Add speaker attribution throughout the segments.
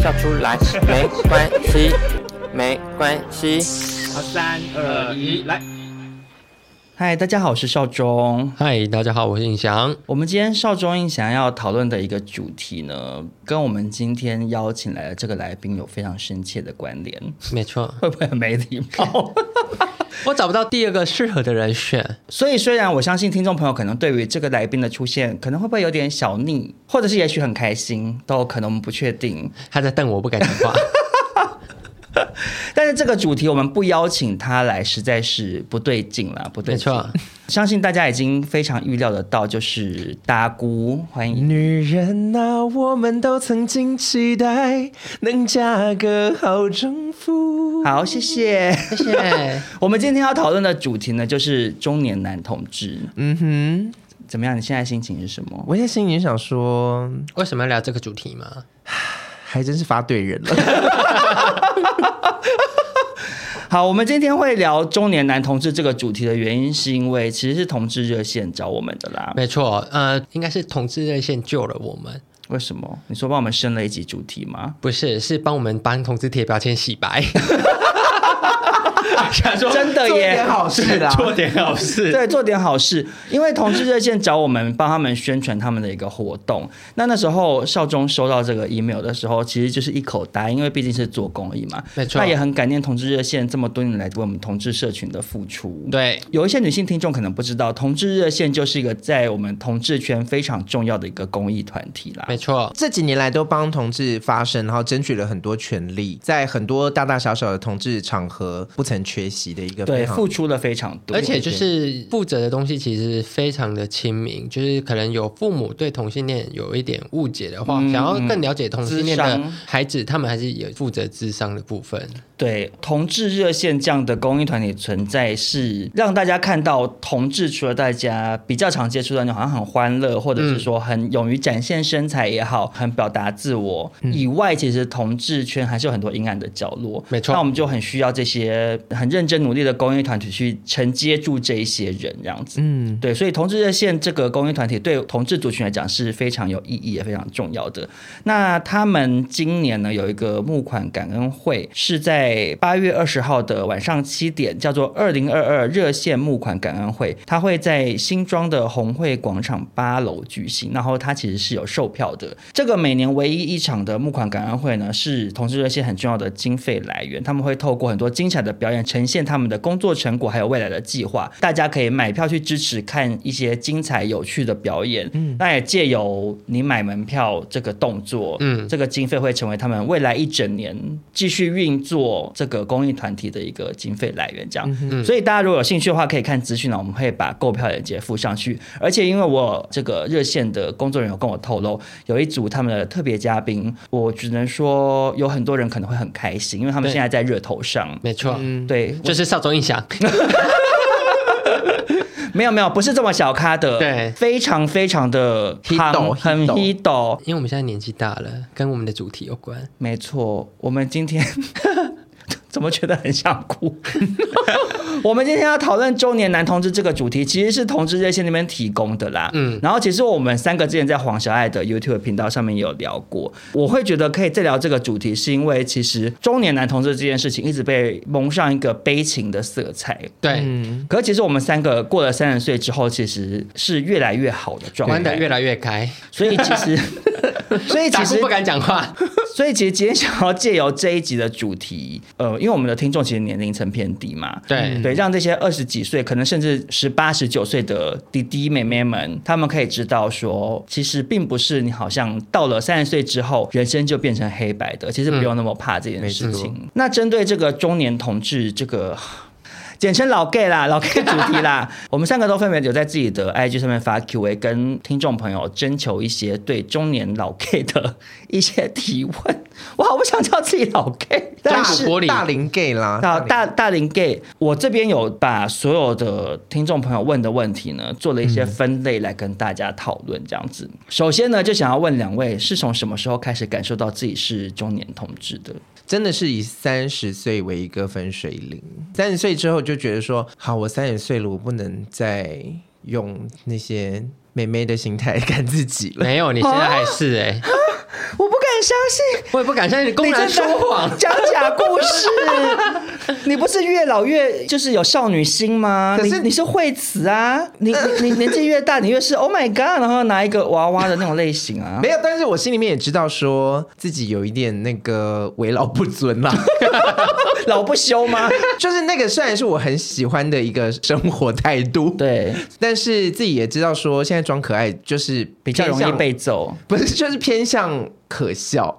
Speaker 1: 笑出来没关系，没关系。
Speaker 2: 好，三二一，来。嗨，大家好，我是邵忠。
Speaker 3: 嗨，大家好，我是尹翔。
Speaker 2: 我们今天邵忠印想要讨论的一个主题呢，跟我们今天邀请来的这个来宾有非常深切的关联，
Speaker 3: 没错，
Speaker 2: 会不会很没礼貌？
Speaker 3: 我找不到第二个适合的人选。
Speaker 2: 所以，虽然我相信听众朋友可能对于这个来宾的出现，可能会不会有点小腻，或者是也许很开心，都有可能，我们不确定。
Speaker 3: 他在瞪我，不敢讲话。
Speaker 2: 但是这个主题我们不邀请他来，实在是不对劲啦，不对
Speaker 3: 没
Speaker 2: 劲。
Speaker 3: 错，
Speaker 2: 相信大家已经非常预料得到，就是大姑，欢迎
Speaker 4: 女人啊，我们都曾经期待能嫁个好丈
Speaker 3: 嗯
Speaker 4: 夫。
Speaker 2: 好，谢谢。
Speaker 3: 谢谢。
Speaker 2: 我们今天要讨论的主题呢，就是中年男同志
Speaker 4: 嗯哼，
Speaker 2: 怎么样？你现在心情是什么？
Speaker 4: 我现在心里想说，
Speaker 3: 为什么要聊这个主题嘛？
Speaker 4: 还真是发对人了。
Speaker 2: 好，我们今天会聊中年男同志这个主题的原因，是因为其实是同志热线找我们的啦。
Speaker 3: 没错，呃，应该是同志热线救了我们，
Speaker 2: 为什么？你说帮我们升了一集主题吗？
Speaker 3: 不是，是帮我们帮同志贴标签洗白。
Speaker 2: 真的
Speaker 4: 做一
Speaker 2: 耶
Speaker 4: 点！好事啦，
Speaker 3: 做点好事。
Speaker 2: 对，做点好事，因为同志热线找我们帮他们宣传他们的一个活动。那那时候少中收到这个 email 的时候，其实就是一口答应，因为毕竟是做公益嘛。
Speaker 3: 没错
Speaker 2: 那也很感念同志热线这么多年来为我们同志社群的付出。
Speaker 3: 对，
Speaker 2: 有一些女性听众可能不知道，同志热线就是一个在我们同志圈非常重要的一个公益团体啦。
Speaker 3: 没错，
Speaker 4: 这几年来都帮同志发声，然后争取了很多权利，在很多大大小小的同志场合不曾缺席的一个
Speaker 2: 对，
Speaker 4: 非常
Speaker 2: 付出了非常多，
Speaker 3: 而且就是负责的东西其实非常的亲民，就是可能有父母对同性恋有一点误解的话，
Speaker 2: 嗯
Speaker 3: 想要更了解同性恋
Speaker 2: 嗯
Speaker 3: 的
Speaker 2: 咨商
Speaker 3: 孩子，他们还是有负责智商的部分。
Speaker 2: 对同志热线这样的公益团体存在，是让大家看到同志除了大家比较常接触到那种好像很欢乐，或者是说很勇于展现身材也好，很表达自我、以外，其实同志圈还是有很多阴暗的角落。
Speaker 3: 没错
Speaker 2: 那我们就很需要这些很认真努力的公益团体去承接住这一些人，这样子。
Speaker 4: 嗯，
Speaker 2: 对，所以同志热线这个公益团体对同志族群来讲是非常有意义也非常重要的。那他们今年呢有一个募款感恩会，是在八月二十号的晚上七点，叫做二零二二热线募款感恩会，它会在新庄的红会广场八楼举行。然后它其实是有售票的。这个每年唯一一场的募款感恩会呢，是同志热线很重要的经费来源，他们会透过很多精彩的表演呈现他们的工作成果，还有未来的计划。大家可以买票去支持看一些精彩有趣的表演。嗯，那也借由你买门票这个动作，嗯，这个经费会成为他们未来一整年继续运作这个公益团体的一个经费来源。这样，所以大家如果有兴趣的话，可以看资讯呢，我们会把购票链接附上去。而且因为我这个热线的工作人员有跟我透露，有一组他们的特别嘉宾，我只能说有很多人可能会很开心，因为他们
Speaker 3: 对
Speaker 2: 现在在热头上。
Speaker 3: 没错，
Speaker 2: 对，
Speaker 3: 就是少中印象。
Speaker 2: 没有没有，不是这么小咖的，
Speaker 3: 对
Speaker 2: 非常非常的
Speaker 4: Hit
Speaker 2: 夯
Speaker 4: 斗
Speaker 2: 很
Speaker 4: hit 斗
Speaker 2: hit 斗，
Speaker 3: 因为我们现在年纪大了，跟我们的主题有关。
Speaker 2: 没错。我们今天 怎么觉得很想哭？ 我们今天要讨论中年男同志这个主题，其实是同志热线那边提供的啦。嗯，然后其实我们三个之前在黄小爱的 YouTube 频道上面也有聊过，我会觉得可以再聊这个主题，是因为其实中年男同志这件事情一直被蒙上一个悲情的色彩。
Speaker 3: 对，
Speaker 2: 可是其实我们三个过了三十岁之后，其实是越来越好的状
Speaker 3: 玩的
Speaker 2: 态，
Speaker 3: 越来越开，
Speaker 2: 所以其 实，所以
Speaker 3: 大
Speaker 2: 哎其
Speaker 3: 叔
Speaker 2: 实
Speaker 3: 不敢讲话。
Speaker 2: 所以其实今天想要借由这一集的主题，呃，因为我们的听众其实年龄层偏低嘛，
Speaker 3: 对
Speaker 2: 对，让这些二十几岁，可能甚至十八、十九岁的弟弟妹妹们，他们可以知道说，其实并不是你好像到了三十岁之后，人生就变成黑白的，其实不用那么怕这件事情。那针对这个中年同志这个。简称老 gay 啦，老 gay 主题啦。 我们三个都分别有在自己的 IG 上面发 Q&A，跟听众朋友征求一些对中年老 gay 的 一些提问。我好不想叫自己老 gay，但
Speaker 4: 大
Speaker 2: 是
Speaker 3: 国礼
Speaker 4: 大龄 gay 啦，
Speaker 2: 到
Speaker 4: 龄
Speaker 2: 啊大大龄 gay，我这边有把所有的听众朋友问的问题呢，做了一些分类来跟大家讨论，这样子。首先呢，就想要问两位，是从什么时候开始感受到自己是中年同志的？
Speaker 4: 真的是以三十岁为一个分水岭。三十岁之后就觉得说，好，我三十岁了，我不能再用那些妹妹的心态 看自己了。
Speaker 3: 没有，你现在还是哎、
Speaker 2: 我不敢相信，
Speaker 3: 我也不敢相信你公然说谎。，
Speaker 2: 讲假故 事。你不是越老越就是有少女心吗？
Speaker 4: 可是
Speaker 2: 你你是惠子啊，你 你你年纪越大，你越是 Oh my God，然后拿一个娃娃的那种类型啊。
Speaker 4: 没有，但是我心里面也知道，说自己有一点那个为老不尊啦。
Speaker 2: 老不休吗？
Speaker 4: 就是那个虽然是我很喜欢的一个生活态度，，
Speaker 2: 对，
Speaker 4: 但是自己也知道说现在装可爱就是
Speaker 2: 比较容
Speaker 4: 偏
Speaker 2: 易
Speaker 4: 向
Speaker 2: 被揍。
Speaker 4: 不是就是偏向可笑。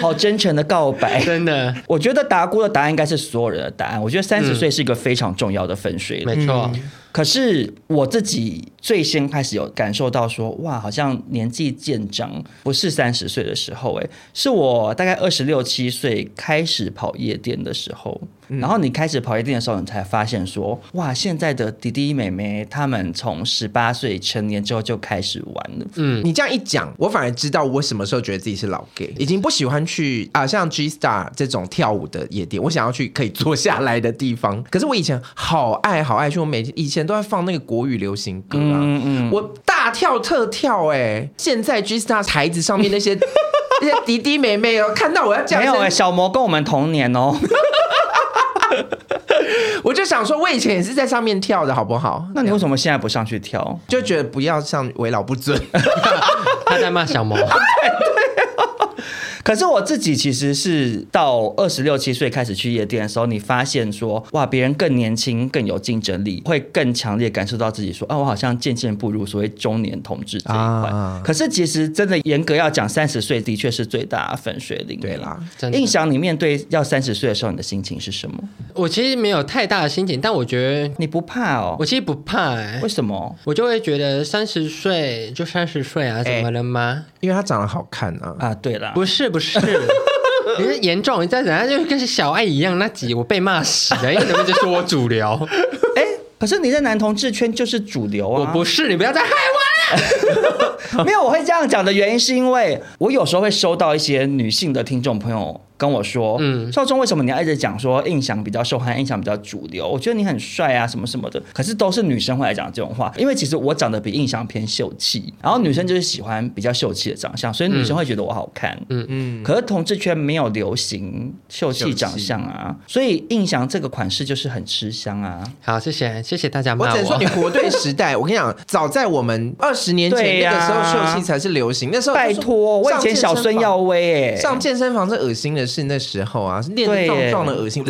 Speaker 2: 好真诚的告白。
Speaker 3: 真的，
Speaker 2: 我觉得达姑的答案应该是所有人的答案。我觉得三十岁是一个非常重要的分水岭。
Speaker 3: 嗯没错，
Speaker 2: 可是我自己最先开始有感受到说，哇，好像年纪渐长，不是三十岁的时候、欸，是我大概二十六七岁开始跑夜店的时候。
Speaker 3: 嗯
Speaker 2: 然后你开始跑夜店的时候，你才发现说，哇，现在的弟弟妹妹他们从十八岁成年之后就开始玩了。
Speaker 4: 你这样一讲，我反而知道我什么时候觉得自己是老 gay，已经不喜欢去啊、像 G Star 这种跳舞的夜店，我想要去可以坐下来的地方。可是我以前好爱好爱去，我每天以前都在放那个国语流行歌啊，
Speaker 2: 嗯
Speaker 4: 我大跳特跳哎、现在 G Star 台子上 面那些那些弟弟妹妹哦，看到我要这样
Speaker 2: 没有
Speaker 4: 子
Speaker 2: 哎、小魔跟我们同年哦。
Speaker 4: 我就想说，我以前也是在上面跳的好不好？
Speaker 2: 那你为什么现在不上去跳？
Speaker 4: 就觉得不要像为老 不尊。
Speaker 3: 他在骂小魔。
Speaker 2: 可是我自己其实是到二十六七岁开始去夜店的时候，你发现说，哇，别人更年轻，更有竞争力，会更强烈感受到自己说，啊，我好像渐渐步入所谓中年同志这一块。
Speaker 4: 啊
Speaker 2: 可是其实真的严格要讲，三十岁的确是最大的分水岭。
Speaker 4: 对啦，
Speaker 3: 真的
Speaker 2: 印象你面对要三十岁的时候，你的心情是什么？
Speaker 3: 我其实没有太大的心情，但我觉得
Speaker 2: 你不怕哦
Speaker 3: 我？其实不怕、欸
Speaker 2: 为，什么？
Speaker 3: 我就会觉得三十岁就三十岁啊，怎么了吗？
Speaker 4: 因为他长得好看啊。
Speaker 2: 啊，对啦，
Speaker 3: 不是不 是，你是严重，你再怎样就跟小爱一样，那集我被骂死了，因为你们就说我主流，
Speaker 2: 哎，可是你在男同志圈就是主流啊。
Speaker 3: 我不是，你不要再害我
Speaker 2: 没有，我会这样讲的原因是因为我有时候会收到一些女性的听众朋友跟我说，嗯，少中为什么你要一直讲说印象比较受欢迎，印象比较主流？我觉得你很帅啊，什么什么的。可是都是女生会来讲这种话，因为其实我长得比印象偏秀气，然后女生就是喜欢比较秀气的长相，所以女生会觉得我好看，嗯嗯。可是同志圈没有流行秀气长相啊，所以印象这个款式就是很吃香啊。
Speaker 3: 啦。好，谢谢谢谢大家
Speaker 4: 我
Speaker 3: 骂
Speaker 4: 只能说你
Speaker 3: 我。
Speaker 4: 活对 时代。我跟你讲，早在我们二十年前
Speaker 2: 对
Speaker 4: 那
Speaker 2: 呀
Speaker 4: 个时候，秀气才是流行。那时候就
Speaker 2: 拜
Speaker 4: 是
Speaker 2: 托，我以前小孙耀威、欸，
Speaker 4: 上健身房上健身房最恶心的是那时候啊，练得
Speaker 2: 对
Speaker 4: 壮
Speaker 2: 耶
Speaker 4: 壮的恶心。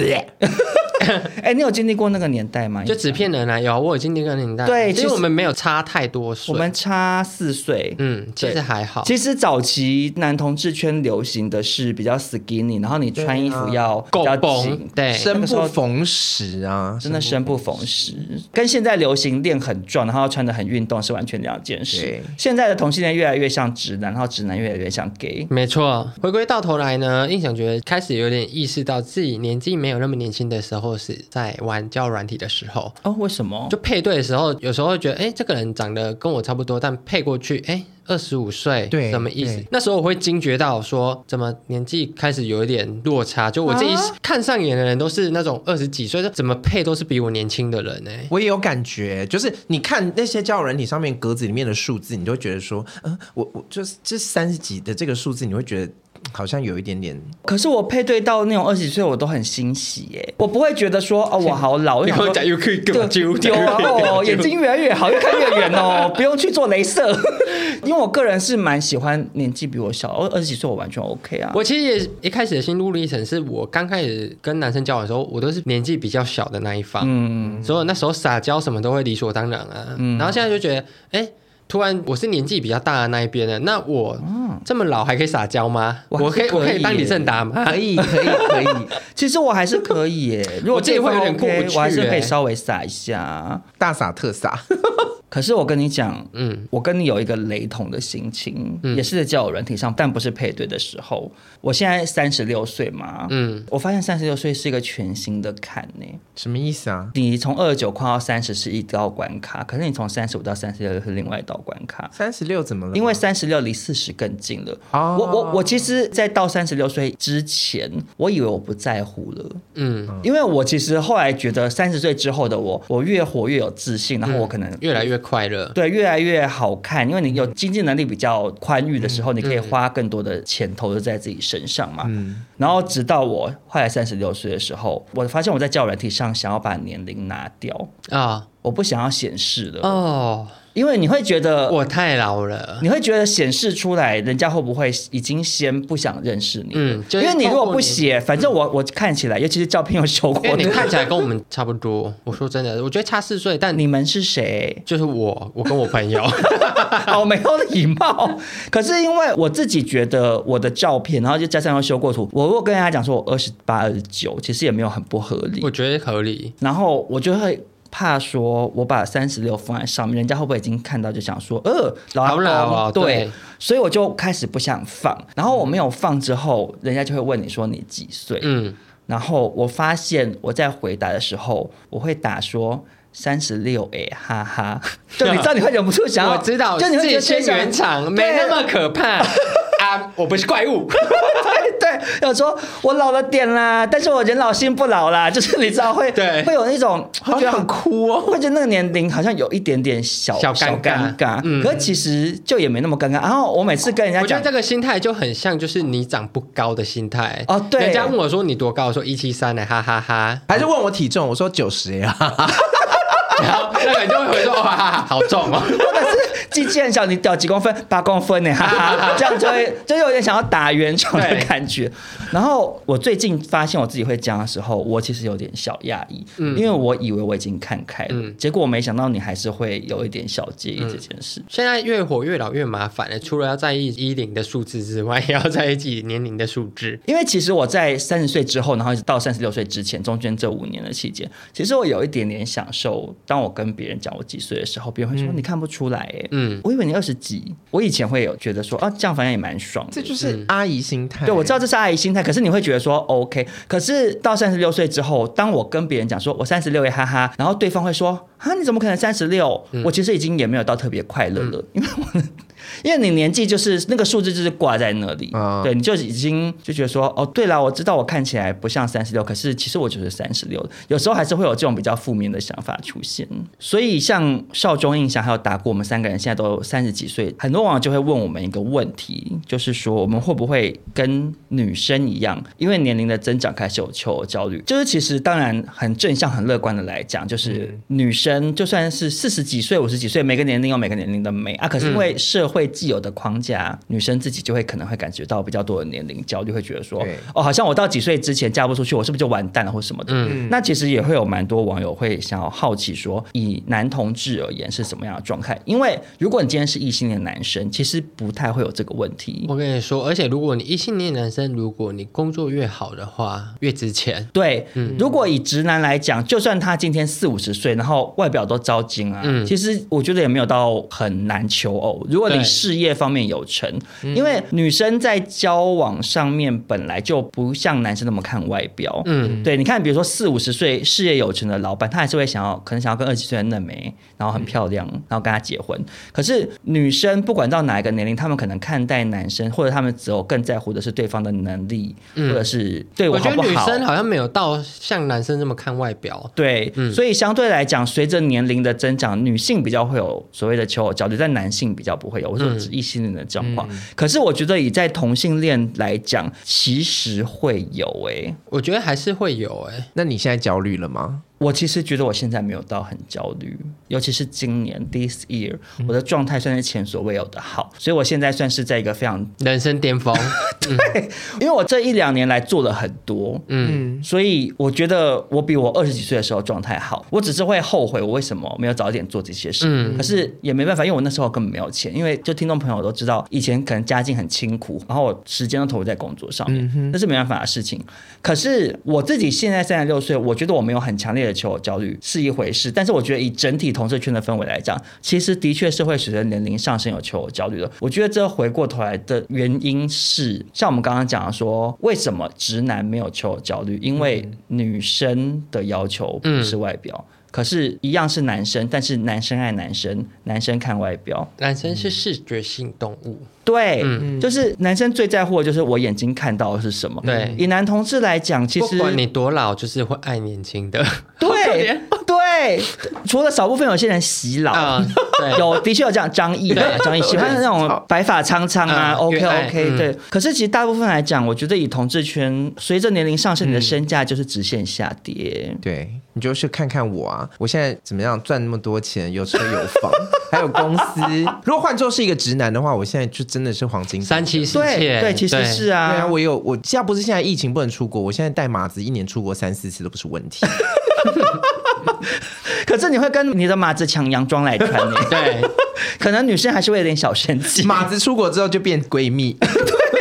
Speaker 2: 哎、你有经历过那个年代吗？
Speaker 3: 就纸片人啊，有我已经那个年代，
Speaker 2: 对
Speaker 3: 其
Speaker 2: 其
Speaker 3: 实
Speaker 2: 实
Speaker 3: 我们没有差太多岁，
Speaker 2: 我们差四岁。
Speaker 3: 嗯，其实
Speaker 2: 对
Speaker 3: 还好，
Speaker 2: 其实早期男同志圈流行的是比较 skinny，然后你穿衣服要比
Speaker 3: 够
Speaker 2: 较
Speaker 3: 崩
Speaker 2: 紧，，
Speaker 3: 对，
Speaker 4: 生不逢时啊，
Speaker 2: 真的生不逢时，跟现在流行练很壮，然后穿的很运动是完全两件事
Speaker 4: 对。
Speaker 2: 现在的同性恋越来越像直男，然后直男越来越像 gay。
Speaker 3: 没错，回归到头来呢，印象觉得开始有点意识到自己年纪没有那么年轻的时候是在玩交友软体的时候，
Speaker 2: 哦，为什么？
Speaker 3: 就配对的时候，有时候会觉得，哎，这个人长得跟我差不多，但配过去，哎，二十五岁，
Speaker 4: 对
Speaker 3: 什么意思
Speaker 4: 对？
Speaker 3: 那时候我会惊觉到说，怎么年纪开始有一点落差，就我自己
Speaker 4: 啊
Speaker 3: 看上眼的人都是那种二十几岁，就怎么配都是比我年轻的人呢、
Speaker 4: 我也有感觉，就是你看那些交友软体上面格子里面的数字，你就会觉得说，嗯、我我就是这三十几的这个数字，你会觉得嗯好像有一点点
Speaker 2: 可是我配对到那种二十几岁，我都很欣喜耶，我不会觉得说 哦我好老，我想说
Speaker 3: 又可以
Speaker 2: 对，有啊哦，眼睛越来越好，越看越 远哦，不用去做镭射。 因为我个人是蛮喜欢年纪比我小，我二十几岁我完全 OK 啊。
Speaker 3: 我其实也一开始的心路历程是我刚开始跟男生交往的时候，我都是年纪比较小
Speaker 2: 嗯
Speaker 3: 的那一方，嗯，所以我那时候撒娇什么都会理所当然啊，然后现在就觉得，哎，突然我是年纪比较大的那一边的，那我这么老还可以撒娇吗？
Speaker 2: 嗯哇
Speaker 3: 我可以
Speaker 2: 这可以
Speaker 3: 我可以当
Speaker 2: 耶
Speaker 3: 李正达吗？
Speaker 4: 可以可以可以，
Speaker 2: 其实我还是可以耶，如果
Speaker 3: 我自己会有点过不
Speaker 2: OK，
Speaker 3: 去
Speaker 2: 我还是可
Speaker 3: 耶
Speaker 2: 以稍微撒一下。
Speaker 4: 大撒特撒，
Speaker 2: 可是我跟你讲，
Speaker 3: 嗯，
Speaker 2: 我跟你有一个雷同的心情，也是在交友软体上，但不是配对的时候。我现在三十六岁嘛，
Speaker 3: 嗯，
Speaker 2: 我发现三十六岁是一个全新的坎呢、
Speaker 4: 什么意思啊？
Speaker 2: 你从二十九跨到三十是一道关卡，可是你从三十五到三十六是另外一道关卡。
Speaker 4: 三十六怎么了吗？
Speaker 2: 因为三十六离四十更近了。
Speaker 4: 哦
Speaker 2: 我我我其实，在到三十六岁之前，我以为我不在乎了，
Speaker 3: 嗯，
Speaker 2: 因为我其实后来觉得三十岁之后的我，我越活越有自信，然后我可能
Speaker 3: 越来越快乐。
Speaker 2: 对，越来越好看，因为你有经济能力比较宽裕的时候，你可以花更多的钱投资在自己身上嘛。然后直到我后来三十六岁的时候，我发现我在交友软体上想要把年龄拿掉，
Speaker 3: 啊、
Speaker 2: 我不想要显示了，
Speaker 3: 哦，
Speaker 2: 因为你会觉得
Speaker 3: 我太老了。
Speaker 2: 你会觉得显示出来，人家会不会已经先不想认识你？
Speaker 3: 嗯就是
Speaker 2: 因为你如
Speaker 3: 透
Speaker 2: 果
Speaker 3: 过
Speaker 2: 不
Speaker 3: 你嗯
Speaker 2: 写，反正我我看起来，尤其是照片有修
Speaker 3: 因
Speaker 2: 过
Speaker 3: 为你
Speaker 2: 的，
Speaker 3: 看起来跟我们差不多，我说真的，我觉得差四岁，但
Speaker 2: 你们 是谁？
Speaker 3: 就是我，我跟我朋 友，
Speaker 2: 好没有礼貌。可是因为我自己觉得我的照片，然后就加上要修过图，我如果跟大家讲说我二十八、二十九，其实也没有很不合理
Speaker 3: 我。觉得合理。
Speaker 2: 然后我就会。怕说，我把三十六放在上面，人家会不会已经看到就想说，呃，老阿
Speaker 3: 好老哦
Speaker 2: 公对
Speaker 3: 对，
Speaker 2: 所以我就开始不想放。然后我没有放之后，人家就会问你说你几岁？
Speaker 3: 嗯，
Speaker 2: 然后我发现我在回答的时候，我会打说三十六哎，哈哈，就你知道你会忍不住想要，
Speaker 3: 我知道，
Speaker 2: 就你会觉
Speaker 3: 自
Speaker 2: 得
Speaker 3: 己
Speaker 2: 先
Speaker 3: 先原厂没那么可 怕啊，我不是怪物。
Speaker 2: 对 对，有时候我老了点啦，但是我人老心不老啦， 就是你知道会
Speaker 3: 对
Speaker 2: 会有那种会觉得很
Speaker 4: 哭哦。
Speaker 2: 会觉得那个年龄好像有一点点小
Speaker 3: 小
Speaker 2: 尴
Speaker 3: 尴尬嗯
Speaker 2: 可是其实就也没那么尴尬。然后我每次跟人家
Speaker 3: 我觉
Speaker 2: 讲
Speaker 3: 得这，个心态就很像，就是你长不高的心态
Speaker 2: 哦对
Speaker 3: 人家问我说你多高，我说一七三呢，欸哈哈哈。
Speaker 4: 还是问我体重，我说九十呀，
Speaker 2: 嗯哦
Speaker 3: 然后那个人就会回说哇，哈哈好重哦。
Speaker 2: 或者是机器很小，你掉几公分，八公分呢，哈哈，这样就会就有点想要打圆场的
Speaker 3: 对
Speaker 2: 感觉。然后我最近发现我自己会这样的时候，我其实有点小讶异，因为我以为我已经看开了，
Speaker 3: 嗯
Speaker 2: 结果我没想到你还是会有一点小介意这件事。
Speaker 3: 现在越活越老越麻烦了，除了要在意一零的数字之外，也要在意自己年龄的数字。
Speaker 2: 因为其实我在三十岁之后，然后一直到三十六岁之前，中间这五年的期间，其实我有一点点享受。当我跟别人讲我几岁的时候，别人会说、你看不出来哎、
Speaker 3: 嗯
Speaker 2: 我以为你二十几。我以前会有觉得说啊，这样反正也蛮爽的。
Speaker 4: 这就是阿姨心态。
Speaker 2: 对，我知道这是阿姨心态，可是你会觉得说 OK。可是到三十六岁之后，当我跟别人讲说我三十六耶，哈哈，然后对方会说啊，你怎么可能三十六？我其实已经也没有到特别快乐了，因为我的。因为你年纪就是那个数字就是挂在那里，
Speaker 4: 啊
Speaker 2: 对，你就已经就觉得说，哦，对了，我知道我看起来不像三十六，可是其实我就是三十六，有时候还是会有这种比较负面的想法出现。所以像少中印象还有达姑，我们三个人现在都三十几岁，很多网友就会问我们一个问题，就是说我们会不会跟女生一样，因为年龄的增长开始有求偶焦虑？就是其实当然很正向、很乐观的来讲，就是女生就算是四十几岁、五十几岁，每个年龄有每个年龄的美啊，可是因为社会既有的框架，女生自己就会可能会感觉到比较多的年龄焦虑，会觉得说
Speaker 4: 对，
Speaker 2: 哦，好像我到几岁之前嫁不出去，我是不是就完蛋了或什么的？那其实也会有蛮多网友会想要好奇说，以男同志而言是什么样的状态？因为如果你今天是异性恋男生，其实不太会有这个问题。
Speaker 3: 我跟你说，而且如果你异性恋男生，如果你工作越好的话，越值钱。
Speaker 2: 对，
Speaker 3: 嗯
Speaker 2: 如果以直男来讲，就算他今天四五十岁，然后外表都糟精啊，其实我觉得也没有到很难求偶。如果
Speaker 3: 嗯
Speaker 2: 你
Speaker 3: 对嗯
Speaker 2: 事业方面有成，因为女生在交往上面本来就不像男生那么看外表，嗯，对，你看，比如说四五十岁事业有成的老板，他还是会想要，可能想要跟二十几岁的嫩梅，然后很漂亮，
Speaker 3: 嗯
Speaker 2: 然后跟他结婚。可是女生不管到哪一个年龄，她们可能看待男生，或者她们只有更在乎的是对方的能力，或者是对
Speaker 3: 嗯我
Speaker 2: 好
Speaker 3: 觉
Speaker 2: 不
Speaker 3: 得女
Speaker 2: 好。
Speaker 3: 生好像没有到像男生这么看外表。
Speaker 2: 对，所以相对来讲，随着年龄的增长，女性比较会有所谓的求偶焦虑，但男性比较不会有，我说指异性恋的状况。可是我觉得以在同性恋来讲，其实会有诶、欸
Speaker 3: 我觉得还是会有哎、
Speaker 4: 那你现在焦虑了吗？
Speaker 2: 我其实觉得我现在没有到很焦虑，尤其是今年 this year，我的状态算是前所未有的好，所以我现在算是在一个非常，
Speaker 3: 人生巅峰，
Speaker 2: 因为我这一两年来做了很多，
Speaker 3: 嗯，
Speaker 2: 所以我觉得我比我二十几岁的时候状态好，我只是会后悔我为什么没有早一点做这些事。
Speaker 3: 嗯
Speaker 2: 可是也没办法，因为我那时候根本没有钱，因为就听众朋友都知道，以前可能家境很清苦，然后我时间都投入在工作上
Speaker 3: 嗯
Speaker 2: 面，那、是没办法的事情。可是我自己现在三十六岁，呃我觉得我没有很强烈的求偶焦虑是一回事，但是我觉得以整体同志圈的氛围来讲，其实的确是会随着年龄上升有求偶焦虑的。我觉得这回过头来的原因是，像我们刚刚讲的说，为什么直男没有求偶焦虑？因为女生的要求不是外表。可是，一样是男生，但是男生爱男生，男生看外表。
Speaker 3: 男生是视觉性动物，
Speaker 2: 对，
Speaker 3: 嗯
Speaker 2: 就是男生最在乎的就是我眼睛看到的是什么。
Speaker 3: 对
Speaker 2: 以男同志来讲，其
Speaker 3: 不
Speaker 2: 实
Speaker 3: 管你多老，就是会爱年轻的，
Speaker 2: 对 对，除了少部分有些人洗 脑。
Speaker 3: 啊，对，
Speaker 2: 有，的确有这样，张译啊，
Speaker 3: 对
Speaker 2: 张译喜欢那种白发苍苍啊
Speaker 3: 嗯
Speaker 2: ，OK
Speaker 3: 越爱
Speaker 2: OK，
Speaker 3: 嗯
Speaker 2: 对。可是其实大部分来讲，我觉得以同志圈，随着年龄上升，你的身价就是直线下跌。
Speaker 4: 对你就是看看我啊，我现在怎么样赚那么多钱，有车有 房，还有公司。如果换做是一个直男的话，我现在就真的是黄金
Speaker 3: 三妻四妾，
Speaker 2: 对对，其实是啊，
Speaker 4: 对啊，我有我现在不是现在疫情不能出国，我现在带马子一年出国三四次都不是 问题。
Speaker 2: 可是你会跟你的马子抢洋装来穿呢、
Speaker 3: 对，
Speaker 2: 可能女生还是会有点小生气。
Speaker 4: 马子出国之后就变闺蜜，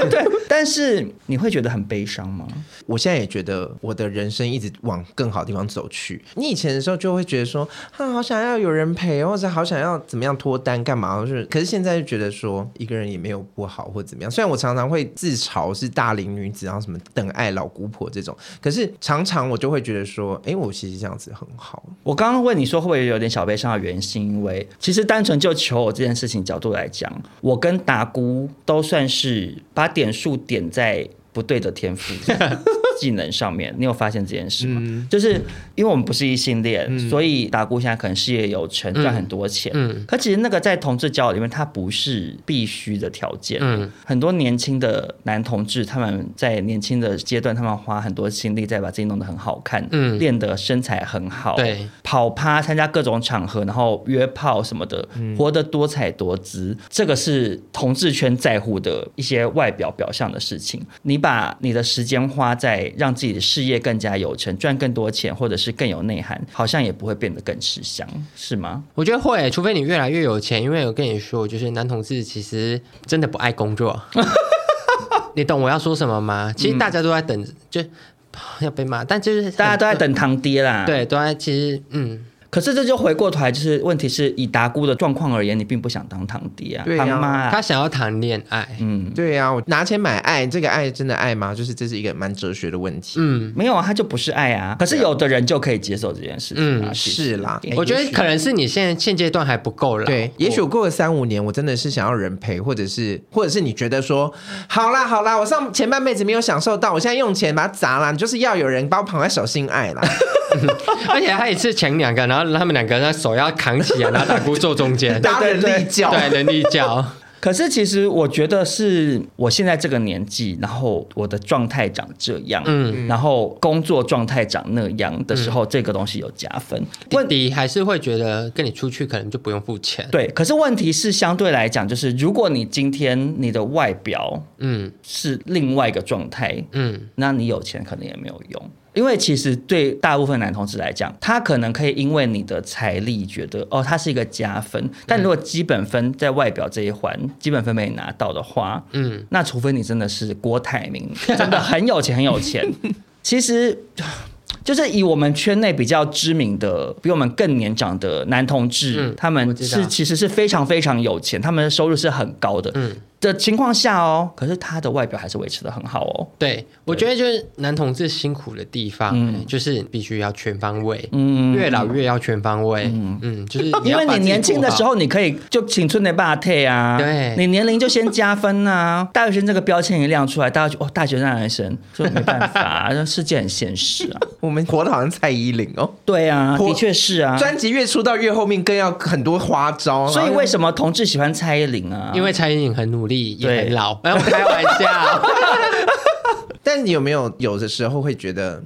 Speaker 2: 对，但是你会觉得很悲伤吗？
Speaker 4: 我现在也觉得我的人生一直往更好的地方走去。你以前的时候就会觉得说，啊，好想要有人陪，或者好想要怎么样脱单干嘛，或是可是现在就觉得说一个人也没有不好或怎么样。虽然我常常会自嘲是大龄女子，然后什么等爱老姑婆这种，可是常常我就会觉得说，哎，我其实这样子很好。
Speaker 2: 我刚刚问你说会不会有点小悲伤的原因，是因为其实单纯就求偶这件事情角度来讲，我跟达姑都算是把点数点在不对的天赋 技能上面。你有发现这件事吗？
Speaker 3: 嗯
Speaker 2: 就是因为我们不是异性恋，所以达姑现在可能事业有成，赚很多钱。
Speaker 3: 嗯
Speaker 2: 可其实那个在同志交友里面，它不是必须的条件。
Speaker 3: 嗯
Speaker 2: 很多年轻的男同志，他们在年轻的阶段，他们花很多心力在把自己弄得很好看，
Speaker 3: 嗯
Speaker 2: 练得身材很 好，
Speaker 3: 对，
Speaker 2: 跑趴参加各种场合，然后约炮什么的，活得多彩多姿。这个是同志圈在乎的一些外表表象的事情。你把你的时间花在让自己的事业更加有成，赚更多钱，或者是更有内涵，好像也不会变得更吃香，是吗？
Speaker 3: 我觉得会、除非你越来越有钱。因为我跟你说，就是男同志其实真的不爱工 作，你懂我要说什么吗？其实大家都在等，就要被骂，但就是
Speaker 2: 大家都在等堂爹啦。。
Speaker 3: 对，都在其实嗯，
Speaker 2: 可是这就回过头来，就是问题是以达姑的状况而言，你并不想当堂爹啊，
Speaker 4: 对啊
Speaker 2: 当妈啊
Speaker 3: 他。想要谈恋爱，
Speaker 2: 嗯，
Speaker 4: 对呀、啊，我拿钱买爱，这个爱真的爱吗？就是这是一个蛮哲学的问题。
Speaker 3: 嗯，
Speaker 2: 没有啊，他就不是爱啊。可是有的人就可以接受这件事情啊，
Speaker 3: 嗯
Speaker 2: 其实
Speaker 4: 是啦
Speaker 2: 并
Speaker 3: 我觉
Speaker 2: 不
Speaker 3: 得
Speaker 2: 是
Speaker 3: 可能是你现在现阶段还不够了，
Speaker 4: 对，也许我过了三五年，我真的是想要人陪，或者是，或者是你觉得说，好啦好啦，我上前半辈子没有享受到，我现在用钱把它砸啦，你就是要有人帮我捧在手心爱啦。
Speaker 3: 而且他也是抢两个，然后他们两个人手要扛起啊来，然后打姑坐中 间，
Speaker 4: 搭人力脚
Speaker 3: 对，人力脚，
Speaker 2: 可是其实我觉得是我现在这个年纪，然后我的状态长这样，嗯，然后工作状态长那样的时候，这个东西有加分。
Speaker 3: 弟弟还是会觉得跟你出去可能就不用付钱，
Speaker 2: 对，可是问题是相对来讲，就是如果你今天你的外表
Speaker 3: 嗯
Speaker 2: 是另外一个状态，
Speaker 3: 嗯，
Speaker 2: 那你有钱可能也没有用。因为其实对大部分男同志来讲，他可能可以因为你的财力觉得哦，他是一个加分，但如果基本分在外表这一环，基本分没拿到的话，嗯，那除非你真的是郭 台铭，真的很有钱很有钱。其实就是以我们圈内比较知名的、比我们更年长的男同志，
Speaker 3: 嗯
Speaker 2: 他
Speaker 3: 我
Speaker 2: 们
Speaker 3: 知道
Speaker 2: 是其实是非常非常有钱，他们的收入是很高的，嗯的情况下哦，可是他的外表还是维持的很好哦。
Speaker 3: 对，我觉得就是男同志辛苦的地方，
Speaker 2: 嗯
Speaker 3: 就是必须要全方位，
Speaker 2: 嗯
Speaker 3: 越老越要全方位，嗯就是
Speaker 2: 因
Speaker 3: 要
Speaker 2: 为
Speaker 3: 把自
Speaker 2: 你
Speaker 3: 己
Speaker 2: 年轻的
Speaker 3: 顾好
Speaker 2: 时，候，你可以就青春的霸退啊，
Speaker 3: 对
Speaker 2: 你年龄就先加分啊。大学生这个标签一亮出来，大家就哦，大学生男生，就没办法、 啊，这世界很现实啊。
Speaker 4: 我们活得好像蔡依林哦，
Speaker 2: 对啊，
Speaker 4: 我
Speaker 2: 的确是啊。
Speaker 4: 专辑越出到越后面，更要很多花招。
Speaker 2: 所以
Speaker 4: 然后
Speaker 2: 为什么同志喜欢蔡依林啊？
Speaker 3: 因为蔡依林很努力，也
Speaker 2: 对
Speaker 3: 很老，没有开玩笑，
Speaker 4: 但你有没有有的时候会觉得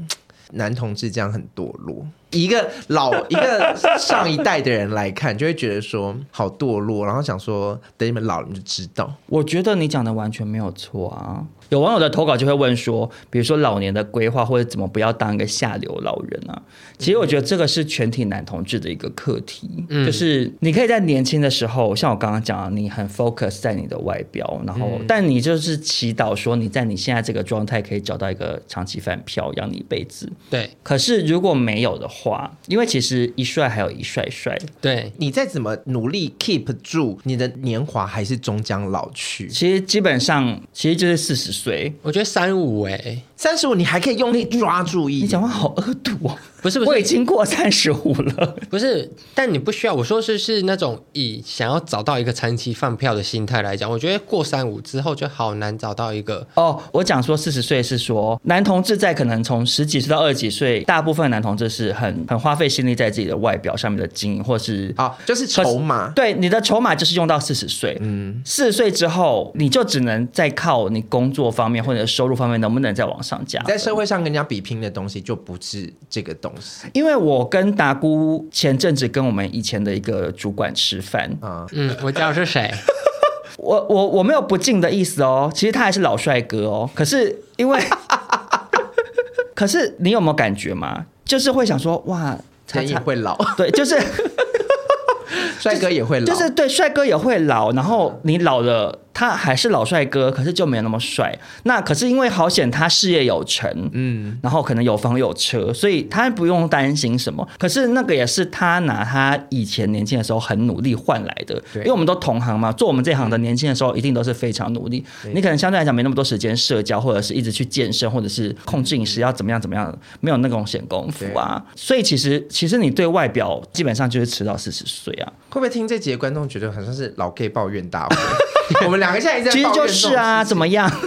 Speaker 4: 男同志这样很堕落？以一个老一个上一代的人来看，就会觉得说好堕落，然后想说等你们老了你就知道。
Speaker 2: 我觉得你讲的完全没有错啊。有网友的投稿就会问说，比如说老年的规划或者怎么不要当一个下流老人啊？其实我觉得这个是全体男同志的一个课题，就是你可以在年轻的时候，像我刚刚讲的，你很 focus 在你的外表，然后、但你就是祈祷说你在你现在这个状态可以找到一个长期饭票养你一辈子。
Speaker 3: 对
Speaker 2: 可是如果没有的话，因为其实一帅还有一帅帅，
Speaker 3: 对，
Speaker 4: 你再怎么努力 keep 住，你的年华还是终将老去。
Speaker 2: 其实基本上其实就是四十岁。
Speaker 3: 我觉得三五哎，
Speaker 4: 三十五你还可以用力抓住一
Speaker 2: 你讲
Speaker 4: 点，
Speaker 2: 话好恶毒哦！
Speaker 3: 不是不
Speaker 2: 我已
Speaker 3: 是
Speaker 2: 经过三十五 了，
Speaker 3: 不是，但你不需要。我说是是那种以想要找到一个长期饭票的心态来讲，我觉得过三五之后就好难找到一个
Speaker 2: 哦，我讲说四十岁是说男同志在可能从十几岁到二十几岁，大部分男同志是很很花费心力在自己的外表上面的经营，或是
Speaker 4: 好，就是筹码。
Speaker 2: 啊对你的筹码就是用到四十岁。嗯，四十岁之后，你就只能再靠你工作方面或者收入方面能不能再往上加
Speaker 4: 你。在社会上跟人家比拼的东西，就不是这个 东西
Speaker 2: 因为我跟达姑前阵子跟我们以前的一个主管吃饭，
Speaker 4: 啊。
Speaker 3: 嗯，我知道是谁，
Speaker 2: 我我我没有不敬的意思哦，其实他还是老帅哥哦。可是因为，可是你有没有感觉嘛？就是会想说，哇，他
Speaker 4: 人也
Speaker 2: 他
Speaker 4: 会老，
Speaker 2: 对， 就是
Speaker 4: 帅哥也会老，
Speaker 2: 就是对，帅哥也会老，然后你老了，他还是老帅哥，可是就没有那么帅。那可是因为好险他事业有成，嗯，然后可能有房有车，所以他不用担心什么。可是那个也是他拿他以前年轻的时候很努力换来的，
Speaker 4: 对
Speaker 2: 因为我们都同行嘛，做我们这行的年轻的时候一定都是非常努力。你可能相对来讲没那么多时间社交，或者是一直去健身，或者是控制饮食要怎么样怎么样，没有那种闲工夫啊。所以其实其实你对外表基本上就是迟到四十岁啊。
Speaker 4: 会不会听这集的观众觉得好像是老 gay 抱怨 大会？我们两个现在一直在
Speaker 2: 其实
Speaker 4: 抱
Speaker 2: 就
Speaker 4: 怨这种
Speaker 2: 是啊，
Speaker 4: 事情
Speaker 2: 怎么样？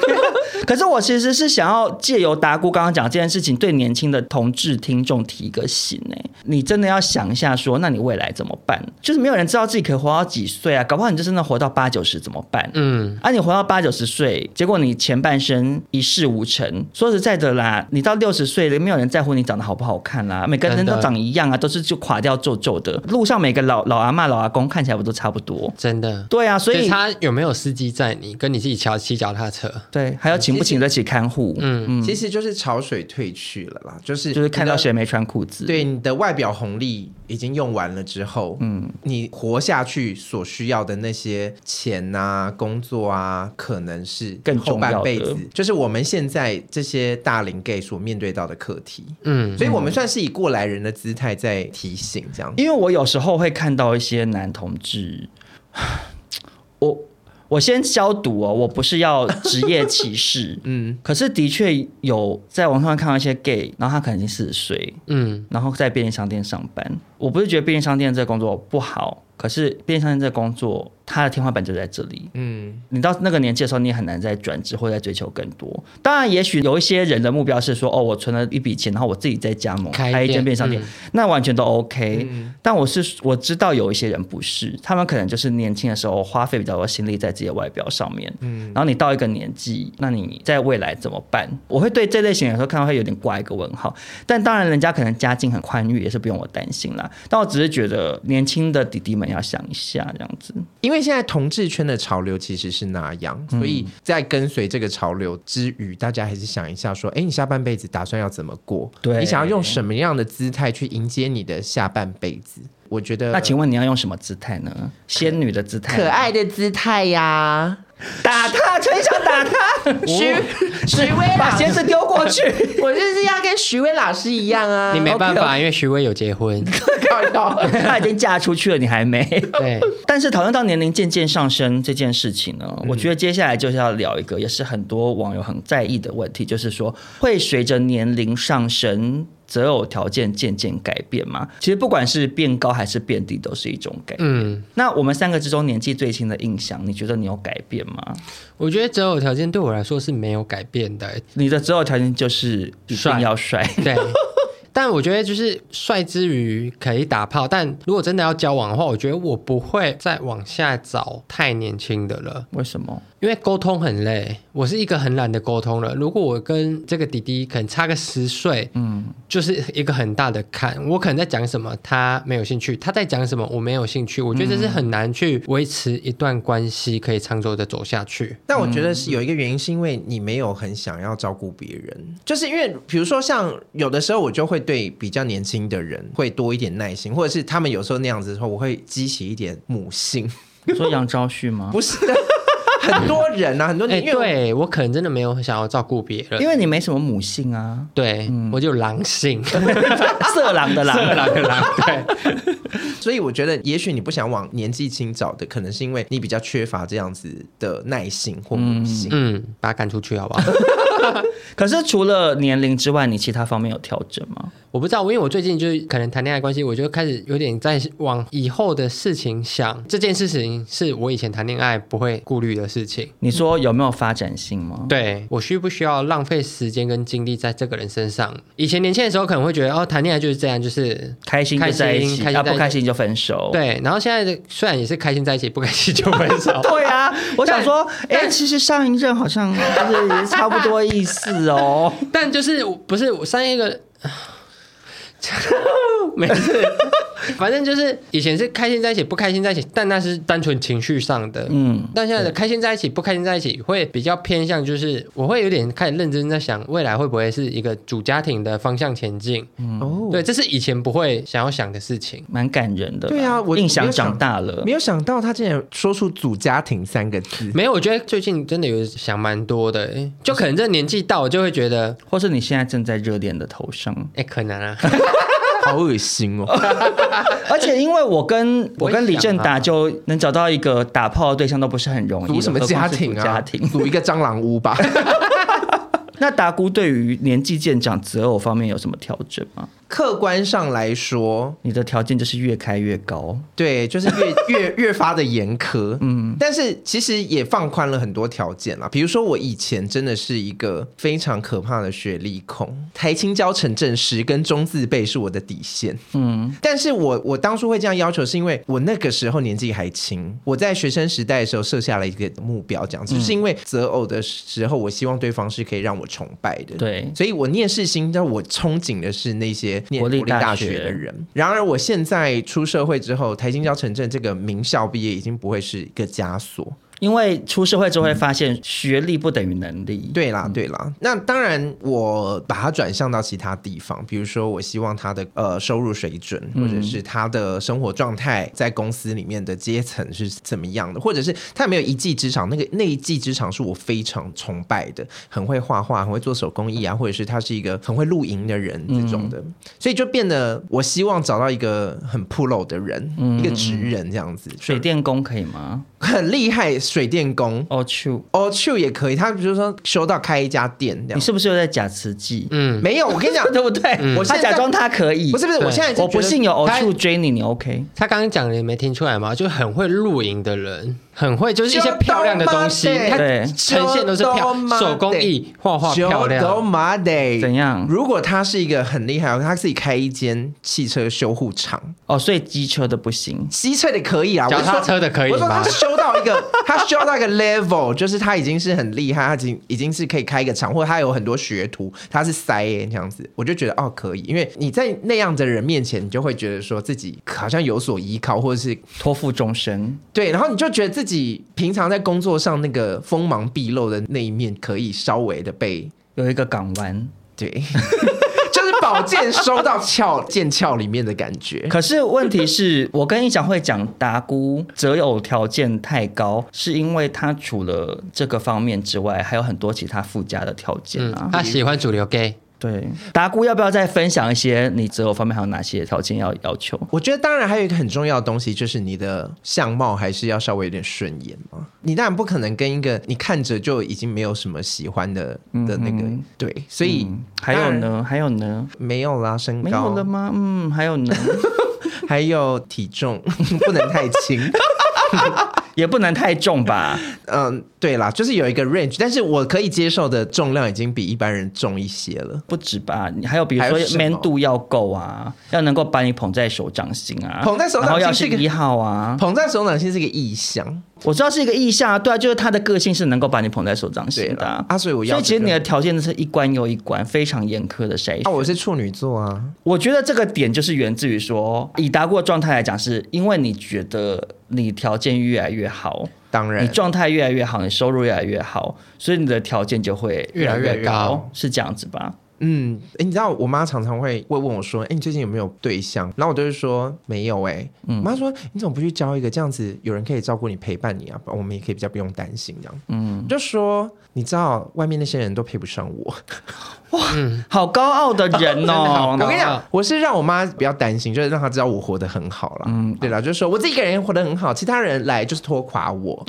Speaker 2: 可是我其实是想要借由达姑刚刚讲这件事情，对年轻的同志听众提一个醒哎、你真的要想一下说那你未来怎么办？就是没有人知道自己可以活到几岁啊，搞不好你就真的活到八九十怎么办？
Speaker 3: 嗯，
Speaker 2: 啊，你活到八九十岁，结果你前半生一事无成。说实在的啦，你到六十岁了，没有人在乎你长得好不好看啦，每个人
Speaker 3: 真的
Speaker 2: 都长一样啊，都是就垮掉皱皱的。路上每个老老阿嬷、老阿公看起来不都差不多？
Speaker 3: 真的。
Speaker 2: 对啊，所
Speaker 3: 就是
Speaker 2: 以
Speaker 3: 他有没有司机载你，跟你自己骑骑脚踏车，
Speaker 2: 对，还有请不请得起看护？嗯嗯，
Speaker 4: 其实就是潮水退去了啦，就是
Speaker 2: 就是看到
Speaker 4: 你的
Speaker 2: 谁没穿裤子。
Speaker 4: 对你的外表红利已经用完了之后，嗯，你活下去所需要的那些钱啊、工作啊，可能是
Speaker 2: 更
Speaker 4: 后
Speaker 2: 重要的
Speaker 4: 半辈子，就是我们现在这些大龄 gay 所面对到的课题。
Speaker 3: 嗯，
Speaker 4: 所以我们算是以过来人的姿态在提醒，这样
Speaker 2: 因为我有时候会看到一些男同志，我我先消毒哦，我不是要职业歧 视，嗯，可是的确有在网上看到一些 gay，然后他可能已经四十岁，
Speaker 3: 嗯，
Speaker 2: 然后在便利商店上班。我不是觉得便利商店这个工作不好，可是便利商店这个工作它的天花板就在这里，
Speaker 4: 嗯，
Speaker 2: 你到那个年纪的时候，你很难再转职或再追求更多。当然，也许有一些人的目标是说，哦，我存了一笔钱，然后我自己再加盟
Speaker 3: 开
Speaker 2: 开一
Speaker 3: 店嗯
Speaker 2: 间便利商店，那完全都 OK、但我是我知道有一些人不是，他们可能就是年轻的时候花费比较多心力在自己的外表上面，嗯，然后你到一个年纪，那你在未来怎么办？我会对这类型的时候看到会有点挂一个问号。但当然，人家可能家境很宽裕，也是不用我担心啦。但我只是觉得年轻的弟弟们要想一下，这样子。
Speaker 4: 因为现在同志圈的潮流其实是那样，所
Speaker 2: 嗯
Speaker 4: 以在跟随这个潮流之余，大家还是想一下说，哎，你下半辈子打算要怎么过？
Speaker 2: 对
Speaker 4: 你想要用什么样的姿态去迎接你的下半辈子？我觉得
Speaker 2: 那请问你要用什么姿态呢？仙女的姿态，
Speaker 4: 可爱，的姿态呀，
Speaker 2: 打他，陈想打他，
Speaker 4: 徐徐威
Speaker 2: 把
Speaker 4: 老
Speaker 2: 鞋
Speaker 4: 师，
Speaker 2: 子丢过 去。
Speaker 4: 我就是要跟徐威老师一样啊。
Speaker 3: 你没办法，因为徐威有结婚，
Speaker 4: 看到？
Speaker 2: 她已经嫁出去了，你还没。
Speaker 3: 对，
Speaker 2: 但是讨论到年龄渐渐上升这件事情呢，
Speaker 3: 嗯
Speaker 2: 我觉得接下来就是要聊一个也是很多网友很在意的问题，就是说会随着年龄上升。择偶条件渐渐改变吗？其实不管是变高还是变低，都是一种改变。
Speaker 3: 嗯，
Speaker 2: 那我们三个之中年纪最轻的印象，你觉得你有改变吗？
Speaker 3: 我觉得择偶条件对我来说是没有改变的，
Speaker 2: 你的择偶条件就是一定
Speaker 3: 帅
Speaker 2: 要帅，
Speaker 3: 对，但我觉得就是帅之余可以打炮，但如果真的要交往的话，我觉得我不会再往下找太年轻的了。
Speaker 2: 为什么？
Speaker 3: 因为沟通很累，我是一个很懒的沟通人。如果我跟这个弟弟可能差个十岁，
Speaker 2: 嗯，
Speaker 3: 就是一个很大的坎。我可能在讲什么，他没有兴趣；他在讲什么，我没有兴趣。我觉得这是很难去维持一段关系可以长久的走下去。
Speaker 4: 但我觉得是有一个原因，是因为你没有很想要照顾别人，就是因为比如说像有的时候我就会对比较年轻的人会多一点耐心，或者是他们有时候那样子的时候，我会激起一点母性，
Speaker 2: 你说杨昭旭吗？
Speaker 4: 不是很多人啊，很多
Speaker 3: 哎、
Speaker 4: 年因为我
Speaker 3: 对我可能真的没有想要照顾别人，
Speaker 2: 因为你没什么母性 啊，
Speaker 3: 对、我就狼性，
Speaker 2: 色狼的狼，
Speaker 3: 色狼的狼，对。
Speaker 4: 所以我觉得，也许你不想往年纪轻找的，可能是因为你比较缺乏这样子的耐性或母性。
Speaker 3: 嗯，把他赶出去好不好？
Speaker 2: 可是除了年龄之外，你其他方面有调整吗？
Speaker 3: 我不知道，因为我最近就是可能谈恋爱关系，我就开始有点在往以后的事情想。这件事情是我以前谈恋爱不会顾虑的事情。
Speaker 2: 你说有没有发展性吗？
Speaker 3: 对我需不需要浪费时间跟精力在这个人身上？以前年轻的时候可能会觉得哦，谈恋爱就是这样，就是
Speaker 2: 开心就在一起，
Speaker 3: 开心开心在一
Speaker 2: 啊不
Speaker 3: 起
Speaker 2: 开心就分手。。
Speaker 3: 对。然后现在的虽然也是开心在一起，不开心就分手
Speaker 2: 对啊，我想说，哎、其实上一任好像就是也差不多意思 哦。
Speaker 3: 但就是我不是我上一个， 没事，反正就是以前是开心在一起，不开心在一起，但那是单纯情绪上的。
Speaker 2: 嗯，
Speaker 3: 但现在的开心在一起，不开心在一起，会比较偏向就是我会有点开始认真在想，未来会不会是一个主家庭的方向前进？
Speaker 2: 嗯
Speaker 4: 哦
Speaker 3: 对，这是以前不会想要想的事情。
Speaker 2: 蛮感人的啦。
Speaker 4: 对啊我
Speaker 2: 印
Speaker 4: 我没
Speaker 2: 象
Speaker 4: 有想
Speaker 2: 长大了
Speaker 4: 没。有想到他竟然说出“组家庭”三个 字，
Speaker 3: 没有，我觉得最近真的有想蛮多的，
Speaker 2: 嗯
Speaker 3: 诶就可能这年纪到，我就会觉得，
Speaker 2: 或是你现在正在热恋的头上，
Speaker 3: 哎，可能啊，
Speaker 4: 好恶心哦！
Speaker 2: 而且因为我跟我
Speaker 3: 我也
Speaker 2: 跟李正
Speaker 3: 想
Speaker 2: 达
Speaker 3: 啊
Speaker 2: 就能找到一个打炮的对象都不是很容易了，
Speaker 4: 组什么
Speaker 2: 何况
Speaker 4: 家
Speaker 2: 是
Speaker 4: 庭
Speaker 2: 组
Speaker 4: 啊？
Speaker 2: 家庭。
Speaker 4: 组一个蟑螂屋吧。
Speaker 2: 那达姑对于年纪渐长择偶方面有什么调整吗？
Speaker 4: 客观上来说，
Speaker 2: 你的条件就是越开越高，
Speaker 4: 对，就是越越越发的严苛， 嗯，但是其实也放宽了很多条件啊啦。比如说，我以前真的是一个非常可怕的学历控，台青教城镇师跟中字辈是我的底线，嗯，但是我我当初会这样要求，是因为我那个时候年纪还轻，我在学生时代的时候设下了一个目标，这样子，就是因为择偶的时候，我希望对方是可以让我崇拜的，
Speaker 2: 对
Speaker 4: 所以我念世新，但我憧憬的是那些念
Speaker 2: 国立
Speaker 4: 国立大
Speaker 2: 大
Speaker 4: 学
Speaker 2: 学
Speaker 4: 的人。人。然而，我现在出社会之后，台新交城镇这个名校毕业已经不会是一个枷锁。
Speaker 2: 因为出社会之后会发现学历不等于能力。
Speaker 4: 对啦，对啦。那当然，我把它转向到其他地方，比如说，我希望他的呃收入水准，
Speaker 2: 嗯
Speaker 4: 或者是他的生活状态，在公司里面的阶层是怎么样的，或者是他有没有一技之长。那个那一技之长是我非常崇拜的，很会画画，很会做手工艺啊，或者是他是一个很会露营的人这种的，
Speaker 2: 嗯
Speaker 4: 所以就变得我希望找到一个很 pro 的人，一个职人这样子，
Speaker 2: 嗯水电工可以吗？
Speaker 4: 很厉害，水电工。
Speaker 2: 哦，去，
Speaker 4: 哦，去也可以。他比如说修到开一家店这样
Speaker 2: 你，是不是又在假慈济？
Speaker 3: 嗯，
Speaker 4: 没有，我跟你讲
Speaker 2: ，对不对？嗯
Speaker 4: 我
Speaker 2: 他
Speaker 4: 现在
Speaker 2: 假装他可以，
Speaker 4: 不是不是，
Speaker 3: 对
Speaker 4: 我现在是
Speaker 2: 我
Speaker 4: 觉
Speaker 2: 不
Speaker 4: 得
Speaker 2: 信有偶
Speaker 3: 他
Speaker 2: 数追你，你 OK？
Speaker 3: 他刚刚讲的你没听出来吗？就很会露营的人，很会就是一些漂亮的东西，
Speaker 4: 就
Speaker 3: 他
Speaker 4: 他妈
Speaker 2: 对
Speaker 4: 的
Speaker 3: 呈现都是漂
Speaker 4: 就他妈的
Speaker 3: 手工艺，画画漂
Speaker 4: 就他
Speaker 3: 亮。
Speaker 4: 妈的
Speaker 2: 怎样
Speaker 4: 如果他是一个很厉害，他自己开一间汽车修护厂，
Speaker 2: 哦，所以机车的不行。
Speaker 4: 机车的可以啊，
Speaker 3: 脚
Speaker 4: 我是说
Speaker 3: 踏车的可以
Speaker 4: 我说他
Speaker 3: 吗
Speaker 4: 修到一个， 他修到一个 level，就是他已经是很厉害，他已经已经是可以开一个厂，或者他有很多学徒，他是塞耶这样子，我就觉得哦可以，因为你在那样的人面前，你就会觉得说自己好像有所依靠，或者是
Speaker 2: 托付终身，
Speaker 4: 对，然后你就觉得自己平常在工作上那个锋芒毕露的那一面，可以稍微的被
Speaker 2: 有一个港湾。
Speaker 4: 对， 就是宝剑收到鞘剑鞘里面的感觉。
Speaker 2: 可是问题是 我跟你讲会讲达姑择偶条件太高，是因为他除了这个方面之外，还有很多其他附加的条件
Speaker 3: 嗯
Speaker 2: 啊。，
Speaker 3: 他喜欢主流 gay。
Speaker 2: 对，达姑要不要再分享一些你择偶方面还有哪些条件要要求？
Speaker 4: 我觉得当然还有一个很重要的东西，就是你的相貌还是要稍微有点顺眼嘛。你当然不可能跟一个你看着就已经没有什么喜欢的的那个、对，所以、
Speaker 2: 嗯还有呢？还有呢？
Speaker 4: 没有啦，身
Speaker 2: 没有
Speaker 4: 高
Speaker 2: 了吗？ 嗯，还有呢？
Speaker 4: 还有体重不能太轻。
Speaker 2: 也不能太重 吧？
Speaker 4: 嗯，对啦，就是有一个 range，但是我可以接受的重量已经比一般人重一些了。
Speaker 2: 不止吧？你还有比如
Speaker 4: 还有
Speaker 2: 说
Speaker 4: 什么
Speaker 2: man 度要够啊，要能够把你捧在手掌心啊，
Speaker 4: 捧在手掌心
Speaker 2: 然后要
Speaker 4: 是
Speaker 2: 是
Speaker 4: 一个
Speaker 2: 一号啊。
Speaker 4: 膨胀手掌心是一个意象，
Speaker 2: 我知道是一个意向啊，对啊，就是他的个性是能够把你捧在手掌心的
Speaker 4: 对啦啊所以我要
Speaker 2: 所以其
Speaker 4: 这
Speaker 2: 实
Speaker 4: 个
Speaker 2: 你的条件是一关又一关，非常严苛的筛选。
Speaker 4: 啊，我是处女座啊，
Speaker 2: 我觉得这个点就是源自于说，以达过状态来讲，是因为你觉得你条件越来越好，
Speaker 4: 当
Speaker 2: 你
Speaker 4: 然，
Speaker 2: 状态越来越好，你收入越来越好，所以你的条件就会
Speaker 3: 越来越
Speaker 2: 越
Speaker 3: 高，
Speaker 2: 是这样子吧？
Speaker 4: 嗯，诶你知道我妈常常会会问我说，哎、你最近有没有对象？然后我就会说没有、诶
Speaker 2: 嗯
Speaker 4: 哎，我妈说你怎么不去交一个这样子，有人可以照顾你、陪伴你啊，我们也可以比较不用担心这样。嗯，就说你知道外面那些人都配不上我，
Speaker 2: 好高傲的人哦！
Speaker 4: 我跟你
Speaker 3: 好
Speaker 4: 讲，我是让我妈不要担心，就是让她知道我活得很好啦。嗯，对啦，就是说我自己一个人活得很好，其他人来就是拖垮 我。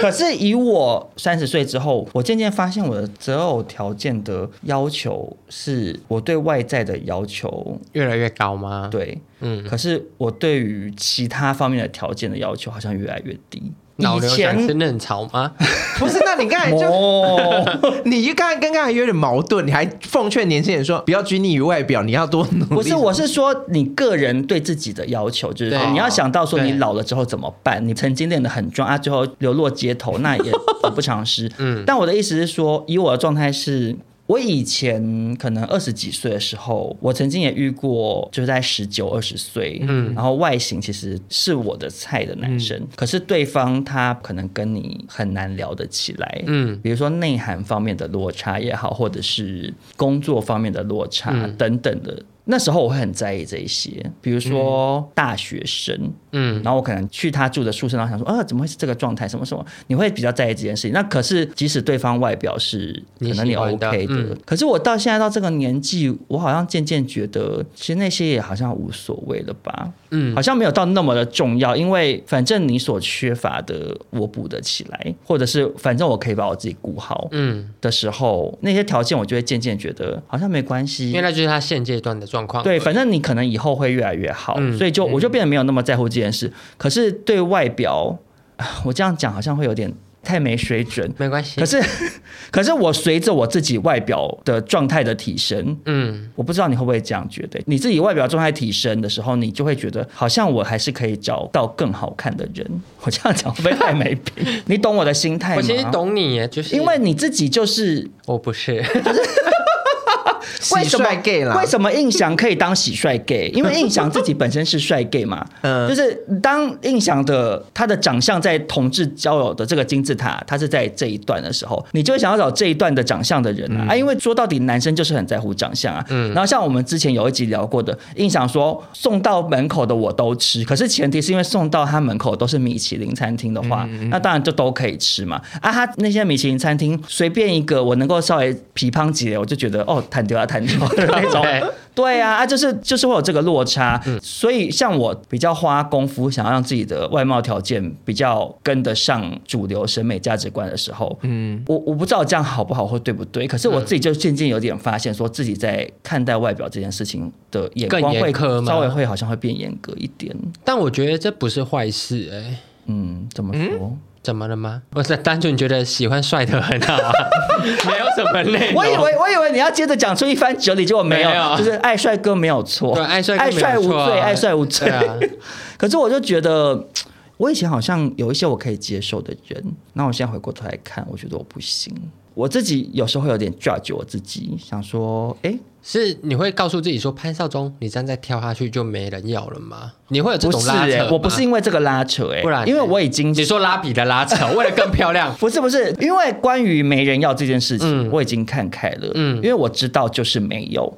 Speaker 2: 可是以我三十岁之后，我渐渐发现我的择偶条件的要求是我对外在的要求
Speaker 3: 越来越高吗？，
Speaker 2: 对，
Speaker 3: 嗯，
Speaker 2: 可是我对于其他方面的条件的要求好像越来越低。
Speaker 3: 脑
Speaker 2: 以
Speaker 3: 瘤
Speaker 2: 前
Speaker 3: 想吃嫩草吗？
Speaker 4: 不是，那你刚才就
Speaker 2: 哦，
Speaker 4: 你刚才跟刚才有点矛盾，你还奉劝年轻人说不要拘泥于外表，你要多努 力。
Speaker 2: 不是，我是说你个人对自己的要求，就是
Speaker 3: 对
Speaker 2: 你要想到说
Speaker 3: 对
Speaker 2: 你老了之后怎么办？你曾经练得很壮啊，最后流落街 头，那也得不偿失。嗯，但我的意思是说，以我的状态是。我以前可能二十几岁的时候，我曾经也遇过，就是在十九、二十岁，嗯，然嗯后外形其实是我的菜的男生，可是对方他可能跟你很难聊得起来，嗯，比如说内涵方面的落差也好，或者是工作方面的落差等等的，那时候我会很在意这一些，比如说大学生，嗯，然后我可能去他住的宿舍，然后想说，啊，怎么会是这个状态？什么什么？你会比较在意这件事情。那可是，即使对方外表是
Speaker 3: 你
Speaker 2: 可能你
Speaker 3: 喜欢的
Speaker 2: OK 的，
Speaker 3: 嗯
Speaker 2: 可是我到现在到这个年纪，我好像渐渐觉得，其实那些也好像无所谓了吧，嗯，好像没有到那么的重要，因为反正你所缺乏的我补得起来，或者是反正我可以把我自己顾好，嗯的时候，那些条件我就会渐渐觉得好像没关系，
Speaker 3: 因为那就是他现阶段的状况。
Speaker 2: 对，反正你可能以后会越来越好，
Speaker 3: 嗯
Speaker 2: 所以就我就变得没有那么在乎这件事。可是对外表， 啊我这样讲好像会有点太没水准。
Speaker 3: 没关系
Speaker 2: 可。是，可是我随着我自己外表的状态的提升，
Speaker 3: 嗯，
Speaker 2: 我不知道你会不会这样觉得。你自己外表状态提升的时候，你就会觉得好像我还是可以找到更好看的人。我这样讲会不会太没品？ 你懂我的心态吗？
Speaker 3: 我其实，懂你耶，就是
Speaker 2: 因为你自己就是
Speaker 3: 我不是，
Speaker 4: 为什么 gay 啦？
Speaker 2: 为什么印象可以当洗帅 gay？因为印象自己本身是帅 gay 嘛，
Speaker 4: 嗯
Speaker 2: 就是当印象的他的长相在同志交友的这个金字塔，他是在这一段的时候，你就会想要找这一段的长相的人
Speaker 4: 嗯
Speaker 2: 啊，啊因为说到底男生就是很在乎长相啊。然后像我们之前有一集聊过的，印象说送到门口的我都吃，可是前提是因为送到他门口都是米其林餐厅的
Speaker 4: 嗯
Speaker 2: 话，那当然就都可以吃嘛。啊，他那些米其林餐厅随便一个我能够稍微皮胖几的，我就觉得哦，弹丢啊弹丢的那种。
Speaker 3: 对嗯
Speaker 2: 对啊，啊，就是就是会有这个落差，所以像我比较花功夫，想要让自己的外貌条件比较跟得上主流审美价值观的时候，嗯，我我不知道这样好不好或对不对，可是我
Speaker 3: 嗯
Speaker 2: 自己就渐渐有点发现，说自己在看待外表这件事情的眼光
Speaker 3: 更
Speaker 2: 会
Speaker 3: 严苛吗
Speaker 2: 稍微会好像会变严格一点，
Speaker 3: 但我觉得这不是坏事哎。
Speaker 2: 嗯，怎么说？
Speaker 3: 怎么了吗？我是单纯觉得喜欢帅的很 好啊，没有什么内容。
Speaker 2: 我以为我以为你要接着讲出一番哲理，结果没有，
Speaker 3: 没有
Speaker 2: 就是爱帅哥没有错，
Speaker 3: 对爱帅哥
Speaker 2: 爱
Speaker 3: 没有错啊
Speaker 2: 帅无罪，爱帅无罪
Speaker 3: 对啊，
Speaker 2: 可是我就觉得，我以前好像有一些我可以接受的人，那我现在回过头来看，我觉得我不行。我自己有时候会有点 judge 我自己，想说，哎、
Speaker 3: 是你会告诉自己说潘少忠，你这样再跳下去就没人要了吗？你会有这
Speaker 2: 不
Speaker 3: 种
Speaker 2: 是、
Speaker 3: 拉扯
Speaker 2: 诶
Speaker 3: 吗？
Speaker 2: 我不是因为这个拉扯、诶
Speaker 3: 不然呢
Speaker 2: 因为我已经。
Speaker 3: 你说拉比的拉扯，为了更漂亮
Speaker 2: 不是不是，因为关于没人要这件事情，
Speaker 3: 嗯
Speaker 2: 我已经看开了，
Speaker 3: 嗯
Speaker 2: 因为我知道就是没有。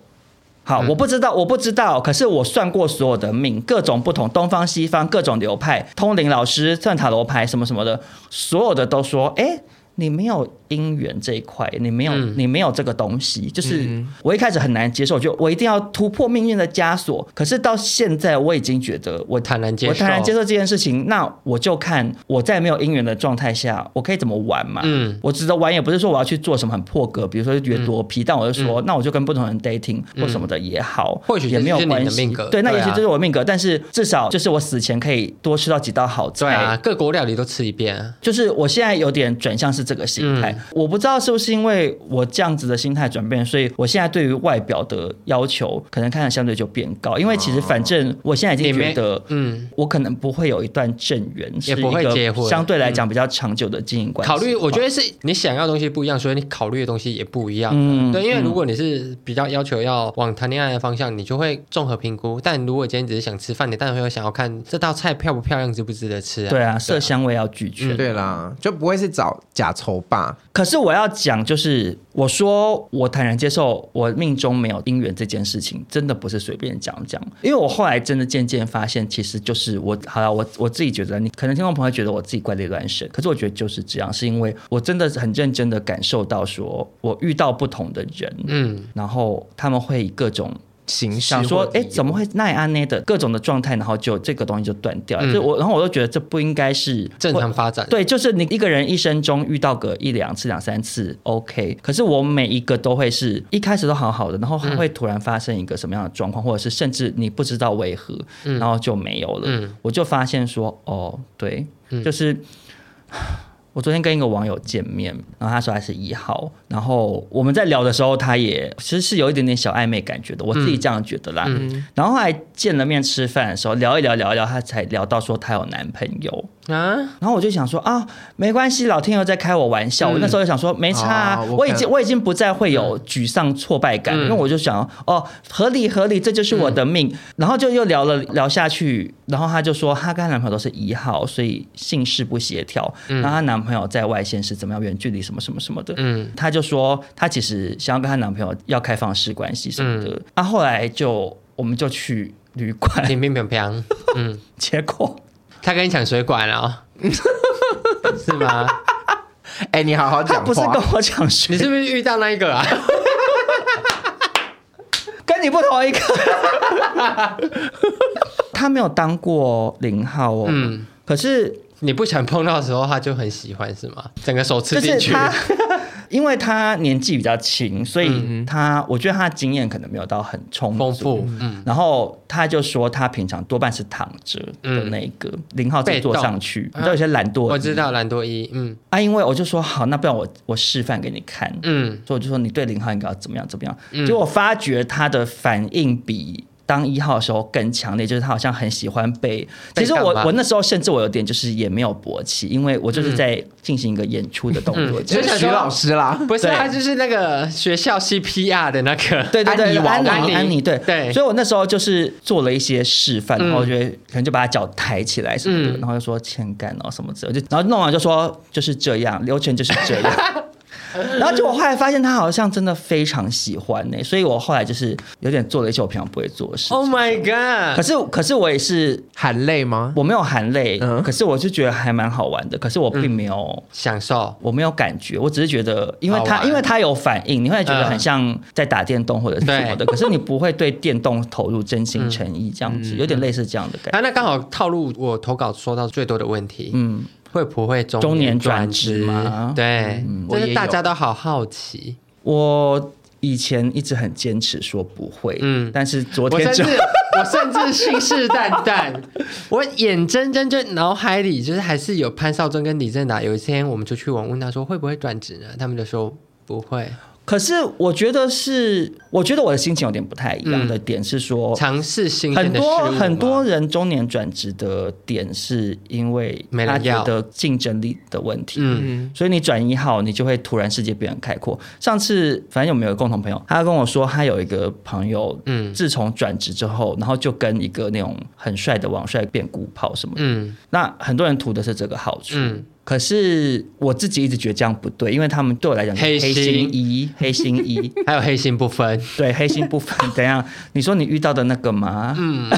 Speaker 2: 好，我不知道，我不知道。可是我算过所有的命，各种不同，东方西方各种流派，通灵老师、算塔罗牌什么什么的，所有的都说，哎，你没有姻缘这一块，你没有、
Speaker 3: 嗯
Speaker 2: 你没有这个东西，就是我一开始很难接受，就我一定要突破命运的枷锁。可是到现在，我已经觉得 我
Speaker 3: 坦然接受
Speaker 2: 我坦然接受这件事情。那我就看我在没有姻缘的状态下，我可以怎么玩嘛？
Speaker 3: 嗯，
Speaker 2: 我指的玩也不是说我要去做什么很破格，比如说约多批，但我就说，那我就跟不同人 dating 或什么的也好，
Speaker 3: 嗯或许
Speaker 2: 也没有
Speaker 3: 这是你的
Speaker 2: 关系
Speaker 3: 命格。
Speaker 2: 对，那
Speaker 3: 对
Speaker 2: 也
Speaker 3: 啊
Speaker 2: 许这是我的命格，但是至少就是我死前可以多吃到几道好菜。
Speaker 3: 对啊，各国料理都吃一遍啊。
Speaker 2: 就是我现在有点转向是这个心
Speaker 3: 嗯
Speaker 2: 态，我不知道是不是因为我这样子的心态转变，所以我现在对于外表的要求可能看着相对就变高，因为其实反正我现在已经觉得，
Speaker 3: 嗯，
Speaker 2: 我可能不会有一段正缘，是
Speaker 3: 也不会
Speaker 2: 一个
Speaker 3: 结婚嗯
Speaker 2: 相对来讲比较长久的经营关系。
Speaker 3: 考虑，我觉得是你想要的东西不一样，所以你考虑的东西也不一样。
Speaker 2: 嗯
Speaker 3: 对，因为如果你是比较要求要往谈恋爱的方向，你就会综合评估。但如果今天只是想吃饭，你当然会想要看这道菜漂不漂亮，值不值得嗯啊吃啊？
Speaker 2: 对啊，色香味要俱全。
Speaker 4: 嗯对啦，就不会是找假愁吧？
Speaker 2: 可是我要讲，就是我说我坦然接受我命中没有姻缘这件事情，真的不是随便讲讲。因为我后来真的渐渐发现，其实就是我好了，我我自己觉得，你可能听众朋友觉得我自己怪力乱神，可是我觉得就是这样，是因为我真的很认真的感受到说，我遇到不同的人，
Speaker 3: 嗯，
Speaker 2: 然后他们会以各种
Speaker 4: 形式
Speaker 2: 想说
Speaker 4: 或，
Speaker 2: 哎，
Speaker 4: 理由
Speaker 2: 怎么会那也安呢的各种的状态，然后就这个东西就断掉了。
Speaker 3: 嗯
Speaker 2: 就我，然后我就觉得这不应该是
Speaker 3: 正
Speaker 2: 或
Speaker 3: 常发展。
Speaker 2: 对，就是你一个人一生中遇到个一两次、两三次，OK。可是我每一个都会是一开始都好好的，然后还会突然发生一个什么样的状况，或者是甚至你不知道为何，然后就没有了。
Speaker 3: 嗯
Speaker 2: 我就发现说，哦，对，就是。啊我昨天跟一个网友见面，然后他说他是一号，然后我们在聊的时候，他也其实是有一点点小暧昧感觉的，我自己这样觉得啦。
Speaker 3: 嗯
Speaker 2: 然后后来见了面吃饭的时候，聊一聊聊一聊，他才聊到说她有男朋友，
Speaker 3: 啊，
Speaker 2: 然后我就想说啊，没关系，老天又在开我玩笑。我那时候就想说，没差、啊，
Speaker 4: 哦
Speaker 2: 我
Speaker 4: 嗯我
Speaker 2: 已
Speaker 4: 看嗯
Speaker 2: 经我已经不再会有沮丧挫败感，因为我就想哦，合理合理，这就是我的命。然后就又聊了聊下去，然后她就说她跟她男朋友都是一号，所以姓氏不协调。
Speaker 4: 嗯
Speaker 2: 然后她男朋友在外县市怎么样，远距离什么什么什么的。
Speaker 3: 嗯
Speaker 2: 她就说她其实想要跟她男朋友要开放式关系什么
Speaker 4: 嗯
Speaker 2: 的。啊，后来就我们就去旅馆，
Speaker 3: 平平平平，嗯，
Speaker 2: 结果
Speaker 3: 他跟你抢水啊管 了、哦，是吗？
Speaker 4: 哎、你好好
Speaker 2: 她
Speaker 4: 讲
Speaker 2: 不是跟
Speaker 4: 话。
Speaker 2: 我讲学
Speaker 3: 你是不是遇到那一个啊？
Speaker 2: 跟你不 同一个。他没有当过零号哦，
Speaker 3: 嗯
Speaker 2: 可是
Speaker 3: 你不想碰到的时候，他就很喜欢是吗？整个手吃
Speaker 2: 就
Speaker 3: 进
Speaker 2: 是
Speaker 3: 去，
Speaker 2: 他， 因为他年纪比较轻，所以他、我觉得他的经验可能没有到很充
Speaker 3: 嗯丰
Speaker 2: 足。
Speaker 3: 富，嗯，
Speaker 2: 然后他就说，他平常多半是躺着的那一个零、号，再坐上去，
Speaker 3: 嗯动嗯
Speaker 2: 你知道有些懒惰。
Speaker 3: 我知道兰多伊，嗯
Speaker 2: 啊，因为我就说好，那不然我我示范给你看。
Speaker 3: 嗯，
Speaker 2: 所以我就说你对零号应该要怎么样怎么样。结果发觉他的反应比当一号的时候更强烈，就是他好像很喜欢被。
Speaker 3: 被
Speaker 2: 其实我
Speaker 3: 干嘛
Speaker 2: 我那时候甚至我有点就是也没有勃起，因为我就是在进行一个演出的动作。
Speaker 3: 嗯
Speaker 4: 就是徐老师啦，
Speaker 3: 不是，
Speaker 2: 对
Speaker 3: 他就是那个学校 CPR 的那个，
Speaker 2: 对对对，
Speaker 4: 安妮娃
Speaker 2: 安妮
Speaker 4: 娃
Speaker 2: 安妮
Speaker 3: 安妮
Speaker 2: 对
Speaker 3: 对
Speaker 2: 所以我那时候就是做了一些示范，然后我觉得可能就把他脚抬起来什么的，
Speaker 3: 嗯
Speaker 2: 然后就说欠干哦什么之类的，就然后弄完就说就是这样，流程就是这 样。然后结果后来发现他好像真的非常喜欢呢、所以我后来就是有点做了一些我平常不会做的事。
Speaker 3: ，Oh my
Speaker 2: 可
Speaker 3: god，
Speaker 2: 是可是我也是
Speaker 4: 含泪吗？
Speaker 2: 我没有含泪，
Speaker 4: 嗯
Speaker 2: 可是我就觉得还蛮好玩的，可是我并没有。
Speaker 3: 享受，
Speaker 2: 我没有感觉，我只是觉得，因为
Speaker 3: 好
Speaker 2: 他
Speaker 3: 玩
Speaker 2: 因为他有反应，你会觉得很像在打电动或者是什么的，可是你不会对电动投入真心诚意这样子，
Speaker 3: 嗯
Speaker 2: 有点类似这样的感觉。
Speaker 3: 啊，那刚好套路我投稿说到最多的问题，
Speaker 2: 嗯，
Speaker 3: 会不会中
Speaker 2: 中年
Speaker 3: 转
Speaker 2: 转职吗嗯
Speaker 3: 对，
Speaker 4: 我
Speaker 3: 就
Speaker 4: 也
Speaker 3: 是
Speaker 4: 有
Speaker 3: 大家都好好奇，
Speaker 2: 我以前一直很坚持说不会，嗯
Speaker 3: 嗯，
Speaker 2: 但是昨
Speaker 3: 我
Speaker 2: 天
Speaker 3: 甚
Speaker 2: 就
Speaker 3: 至我甚至信誓旦旦，我眼睁睁就脑海里就是还是有潘少忠跟李正达。有一天我们出去玩，问他说会不会转职呢？他们就说不会，
Speaker 2: 可是我觉得是，我觉得我的心情有点不太一
Speaker 3: 嗯
Speaker 2: 样的点是说，
Speaker 3: 尝试新鲜
Speaker 2: 很
Speaker 3: 的事物嘛
Speaker 2: 多很多人中年转职的点是因为
Speaker 3: 没人
Speaker 2: 他觉
Speaker 3: 要
Speaker 2: 得竞争力的问题，
Speaker 3: 嗯
Speaker 2: 所以你转一号，你就会突然世界变得开阔。上次反正我们有个共同朋友，他跟我说他有一个朋友，嗯，
Speaker 3: 嗯
Speaker 2: 自从转职之后，然后就跟一个那种很帅的网帅变古炮什么的。
Speaker 3: 嗯
Speaker 2: 那很多人图的是这个好处。
Speaker 3: 嗯
Speaker 2: 可是我自己一直觉得这样不对，因为他们对我来讲是
Speaker 3: 黑
Speaker 2: 黑
Speaker 3: 心
Speaker 2: 心一，黑心一，
Speaker 3: 还有黑心不分，
Speaker 2: 对黑心部分。怎样？你说你遇到的那个吗？嗯。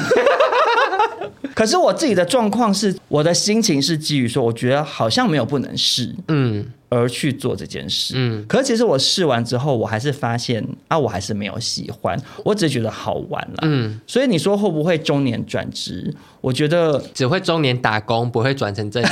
Speaker 2: 可是我自己的状况是，我的心情是基于说，我觉得好像没有不能试，
Speaker 3: 嗯
Speaker 2: 而去做这件事。
Speaker 3: 嗯
Speaker 2: 嗯，可是其实我试完之后，我还是发现啊，我还是没有喜欢，我只是觉得好玩啦。
Speaker 3: 嗯，
Speaker 2: 所以你说会不会中年转职？我觉得
Speaker 3: 只会中年打工，不会转成 正职，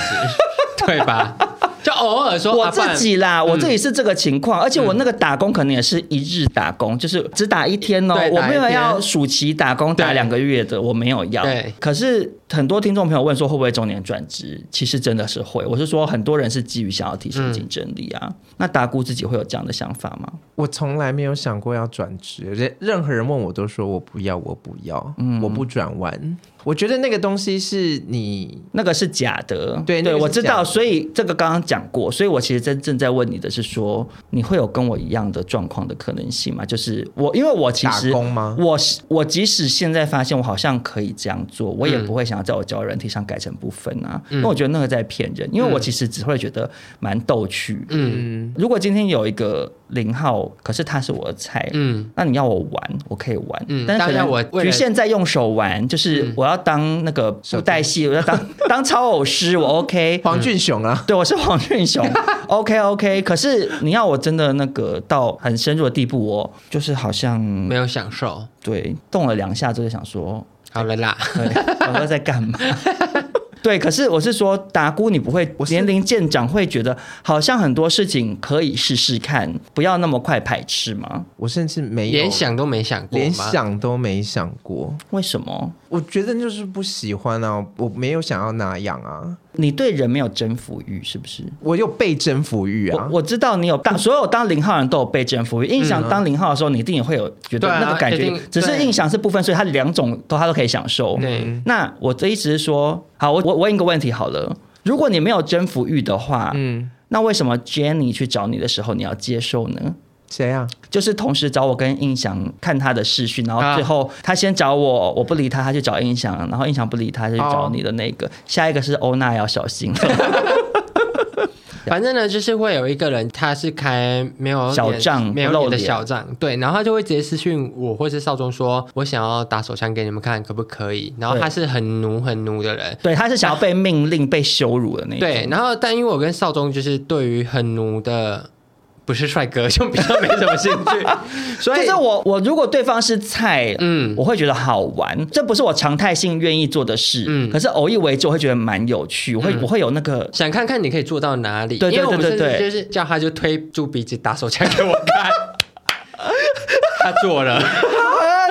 Speaker 3: 对吧？就偶尔说
Speaker 2: 我
Speaker 3: 啊
Speaker 2: 自
Speaker 3: 不然嗯
Speaker 2: 己啦，我自己是这个情况，而且我那个打工可能也是一日打工，就是只打一天哦
Speaker 3: 对，
Speaker 2: 我
Speaker 3: 打一
Speaker 2: 没有
Speaker 3: 天
Speaker 2: 要暑期打工打
Speaker 3: 对
Speaker 2: 两个月的，我没有要
Speaker 3: 对。
Speaker 2: 可是很多听众朋友问说会不会中年转职，其实真的是会。我是说很多人是基于想要提升竞争力
Speaker 3: 嗯
Speaker 2: 啊，那达姑自己会有这样的想法吗？
Speaker 4: 我从来没有想过要转职，任任何人问我都说我不要，我不要，
Speaker 2: 嗯
Speaker 4: 我不转弯。我觉得那个东西是你
Speaker 2: 那个是假的，
Speaker 4: 对那
Speaker 2: 对，
Speaker 4: 个是
Speaker 2: 我知
Speaker 4: 假
Speaker 2: 道，
Speaker 4: 的
Speaker 2: 所以这个刚刚讲过，所以我其实真正在问你的是说，你会有跟我一样的状况的可能性吗？就是我，因为我其实
Speaker 4: 打工吗
Speaker 2: 我是我即使现在发现我好像可以这样做，我
Speaker 3: 嗯
Speaker 2: 也不会想要在我交友软体上改成不分啊，因为我觉得那个在骗人，因
Speaker 3: 嗯
Speaker 2: 为我其实只会觉得蛮逗趣。嗯，如果今天有一个零号，可是他是我的菜，
Speaker 3: 嗯，
Speaker 2: 那你要我玩，我可以玩，
Speaker 3: 嗯
Speaker 2: 但是可
Speaker 3: 当然
Speaker 2: 能
Speaker 3: 我嗯为了
Speaker 2: 局限在用手玩，就是我要当那个布袋戏，我 要当当超偶师，我 OK。
Speaker 4: 黄俊雄啊，
Speaker 2: 对，我是黄 俊雄，OK OK。可是你要我真的那个到很深入的地步哦，我就是好像
Speaker 3: 没有享受，
Speaker 2: 对动了两下，就是想说，
Speaker 3: 好了啦，
Speaker 2: 对，我说在干嘛？ 对，可是我是说，达姑，你不会年龄渐长，会觉得好像很多事情可以试试看，不要那么快排斥吗？
Speaker 4: 我甚至没有
Speaker 3: 连想都没想过吗，
Speaker 4: 连想都没想过。
Speaker 2: 为什么？
Speaker 4: 我觉得就是不喜欢啊，我没有想要那样啊，
Speaker 2: 你对人没有征服欲，是不是？
Speaker 4: 我有被征服欲啊
Speaker 2: 我。我知道你有当所有当零号人都有被征服欲。印象当零号的时候，你一定也会有觉
Speaker 3: 嗯
Speaker 2: 得
Speaker 3: 对啊
Speaker 2: 那个感
Speaker 3: 一
Speaker 2: 觉
Speaker 3: 定，
Speaker 2: 只是
Speaker 3: 对嗯
Speaker 2: 印象是部分，所以它两种都它都可以享受。
Speaker 4: 嗯
Speaker 3: 对，
Speaker 2: 那我的意思是说，好，我我我问一个问题好了，如果你没有征服欲的话，
Speaker 4: 嗯，
Speaker 2: 那为什么 Jenny 去找你的时候你要接受呢？
Speaker 4: 谁啊？
Speaker 2: 就是同时找我跟印象看他的视讯，然后
Speaker 3: 啊
Speaker 2: 最后他先找我，我不理他，他去找印象，然后印象不理他，他就去找你的那个。下一个是欧娜要小 心，
Speaker 3: 反正呢，就是会有一个人，他是开没有脸
Speaker 2: 小账
Speaker 3: 没有
Speaker 2: 不露
Speaker 3: 脸的
Speaker 2: 脸
Speaker 3: 小账，对，然后他就会直接私讯我或是少中说，我想要打手枪给你们看，可不可以？然后
Speaker 2: 对
Speaker 3: 他是很奴很奴的人，
Speaker 2: 对，他是想要被命令、被羞辱的那一种。
Speaker 3: 对，然后但因为我跟少中就是对于很奴的不是帅哥就比较没什么兴 趣，所
Speaker 2: 可
Speaker 3: 以
Speaker 2: 是我我如果对方是菜，
Speaker 3: 嗯
Speaker 2: 嗯，我会觉得好玩，这不是我常态性愿意做的事，
Speaker 3: 嗯
Speaker 2: 嗯，可是偶一为之，我会觉得蛮有趣，我会、我会有那个。
Speaker 3: 想看看你可以做到哪里，
Speaker 2: 对对
Speaker 3: 因为我们
Speaker 2: 对
Speaker 3: 甚
Speaker 2: 对
Speaker 3: 至
Speaker 2: 对
Speaker 3: 就是叫他就推住鼻子打手枪给我看，他做了，
Speaker 2: 啊，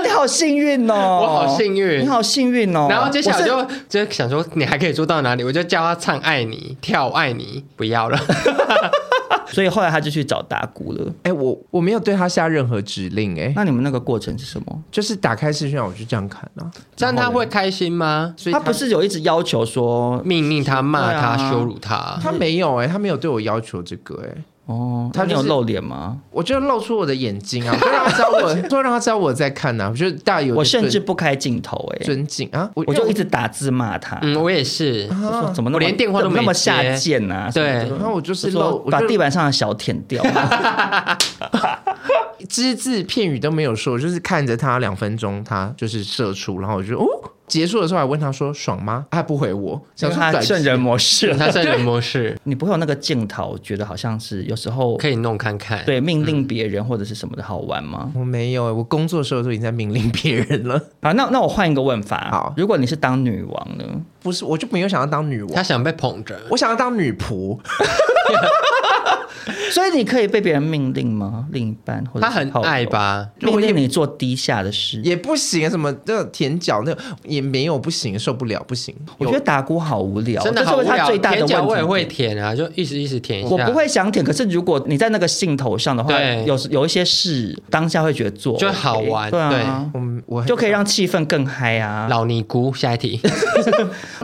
Speaker 2: 你好幸运哦！
Speaker 3: 我好幸运
Speaker 2: 你好幸运哦！
Speaker 3: 然后接下来
Speaker 2: 我
Speaker 3: 就就想说你还可以做到哪里，我就教他唱《爱你》，跳《爱你》，不要 了。
Speaker 2: 是，所以后来他就去找达姑了。
Speaker 4: 哎、我我没有对他下任何指令、哎，
Speaker 2: 那你们那个过程是什么？
Speaker 4: 就是打开视讯啊，我就这样看啊。
Speaker 3: 这样他会开心吗？所以
Speaker 2: 他不是有一直要求说，
Speaker 3: 命令他、骂
Speaker 2: 对
Speaker 3: 他、
Speaker 2: 啊
Speaker 3: 羞辱他，
Speaker 4: 他没有哎、他没有对我要求这个哎、
Speaker 2: 哦，
Speaker 4: 他
Speaker 2: 他
Speaker 4: 就
Speaker 2: 没有
Speaker 4: 是
Speaker 2: 露脸吗？
Speaker 4: 我就露出我的眼睛啊，我就让他知道 我，就让他知道我在看呐、啊，我就大有
Speaker 2: 我
Speaker 4: 尊
Speaker 2: 甚至不开镜头，哎，
Speaker 4: 尊敬啊，我
Speaker 2: 我就一直打字骂他，
Speaker 3: 嗯，我也是，
Speaker 2: 就说怎么那么
Speaker 3: 我连电话都
Speaker 2: 怎么那
Speaker 3: 没
Speaker 2: 么
Speaker 3: 接
Speaker 2: 下贱啊？什么
Speaker 3: 对
Speaker 2: 的
Speaker 4: 然后我就是
Speaker 2: 就
Speaker 4: 露
Speaker 2: 说，
Speaker 4: 我
Speaker 2: 把地
Speaker 4: 就
Speaker 2: 板上的小舔掉。
Speaker 4: 只字片语都没有说，我就是看着他两分钟，他就是射出，然后我就哦，结束的时候还问他说爽吗？他还不回我，
Speaker 2: 因
Speaker 4: 想
Speaker 2: 为
Speaker 4: 说
Speaker 2: 他
Speaker 4: 短
Speaker 2: 圣人模式了，
Speaker 3: 他圣人模 式
Speaker 2: 你不会有那个镜头，觉得好像是有时候
Speaker 3: 可以嗯弄看看。
Speaker 2: 对命令别人或者是什么的好玩吗？
Speaker 4: 我没有、欸，我工作的时候都已经在命令别 人了，
Speaker 2: 好，那那我换一个问法，
Speaker 4: 好
Speaker 2: 如果你是当女王呢？
Speaker 4: 不是，我就没有想要当女
Speaker 3: 他
Speaker 4: 王，
Speaker 3: 想被捧着，
Speaker 4: 我想要当女仆，
Speaker 2: 所以你可以被别人命令吗？另一半或者
Speaker 3: 他
Speaker 2: 是
Speaker 3: 很
Speaker 2: 炮友
Speaker 3: 爱？吧？
Speaker 2: 命令你做低下的事，
Speaker 4: 也不行，啊什么这种舔脚那种也没有，不行，受不了，不行。
Speaker 2: 我觉得打鼓好无聊，
Speaker 3: 真的
Speaker 2: 这是
Speaker 3: 好
Speaker 2: 不
Speaker 3: 无
Speaker 2: 是他
Speaker 3: 聊。
Speaker 2: 最大的
Speaker 3: 舔
Speaker 2: 问
Speaker 3: 脚
Speaker 2: 题。
Speaker 3: 我也会舔啊，就一直一直舔一下。
Speaker 2: 我不，会想舔，可是如果你在那个兴头上的话，
Speaker 3: 对
Speaker 2: 有有一些事当下会觉得做
Speaker 3: 就好玩
Speaker 2: 对啊，
Speaker 4: 我我
Speaker 2: 就可以让气氛更嗨啊。
Speaker 3: 老尼姑，下一题。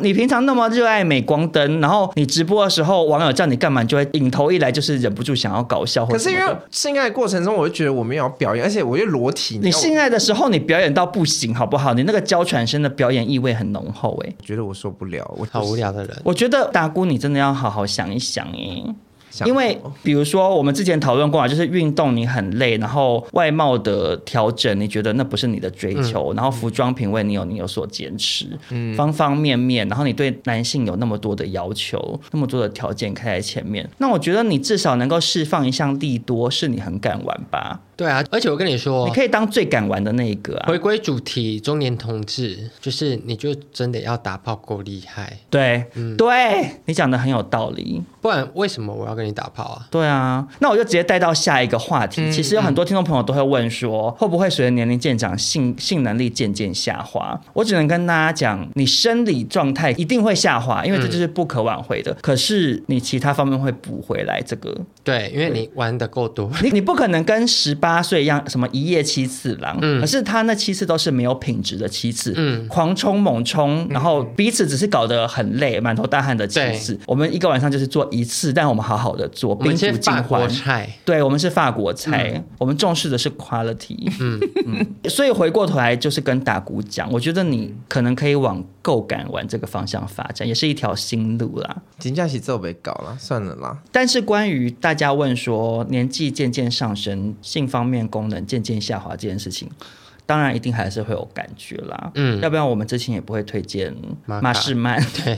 Speaker 2: 你平常那么热爱镁光灯，然后你直播的时候，网友叫你干嘛，你就会引头一来就是忍不住想要搞笑或
Speaker 4: 可
Speaker 2: 者
Speaker 4: 是
Speaker 2: 什
Speaker 4: 因
Speaker 2: 么
Speaker 4: 为
Speaker 2: 的。
Speaker 4: 性爱过程中，我就觉得我没有要表演，而且我又裸体，
Speaker 2: 你
Speaker 4: 知道我
Speaker 2: 性爱的时候，你表演到不行，好不好？你那个娇喘声的表演意味很浓厚、欸，
Speaker 4: 觉得我受不了，我
Speaker 3: 好无。聊的人，
Speaker 2: 我觉得大姑你真的要好好想一想、欸，
Speaker 4: 想哦
Speaker 2: 因为
Speaker 4: 过
Speaker 2: 比如说我们之前讨论过啊，就是运动你很累，然后外貌的调整你觉得那不是你的追求，然后服装品味你有你有所坚持，方方面面，然后你对男性有那么多的要求，那么多的条件开在前面，那我觉得你至少能够释放一项利多，是你很敢玩吧？
Speaker 3: 对啊，而且我跟你说，
Speaker 2: 你可以当最敢玩的那一个啊
Speaker 3: 回，归主题，中年同志就是你就真的要打炮够厉害，
Speaker 2: 对，对你讲的很有道理。
Speaker 3: 不然为什么我要跟你打炮啊？
Speaker 2: 对啊，那我就直接带到下一个话题。
Speaker 3: 嗯
Speaker 2: 其实有很多听众朋友都会问说，会不会随着年龄渐长，性性能力渐渐下滑？我只能跟大家讲，你生理状态一定会下滑，因为这就是不可挽回
Speaker 3: 嗯
Speaker 2: 的。可是你其他方面会补回来，这个
Speaker 3: 对，因为你玩的够多，
Speaker 2: 你你不可能跟十八岁一样，什么一夜七次郎，可是他那七次都是没有品质的七次，
Speaker 3: 嗯
Speaker 2: 狂冲猛冲，然后彼此只是搞得很累，满头大汗的七
Speaker 3: 对
Speaker 2: 次。我们一个晚上就是做一次，但我们好好的做，
Speaker 3: 我
Speaker 2: 宾
Speaker 3: 们
Speaker 2: 主
Speaker 3: 先
Speaker 2: 尽
Speaker 3: 法国
Speaker 2: 欢。
Speaker 3: 菜，
Speaker 2: 对我们是法国菜，我们重视的是 quality。嗯嗯，所以回过头来就是跟打鼓讲，我觉得你可能可以往够感玩这个方向发展，也是一条新路啦。
Speaker 4: 金佳喜这被搞了，算了啦。
Speaker 2: 但是关于大家问说年纪渐渐上升，性方面功能渐渐下滑这件事情。当然，一定还是会有感觉啦，嗯，要不然我们之前也不会推荐
Speaker 3: 玛卡
Speaker 2: 马士曼。
Speaker 3: 对，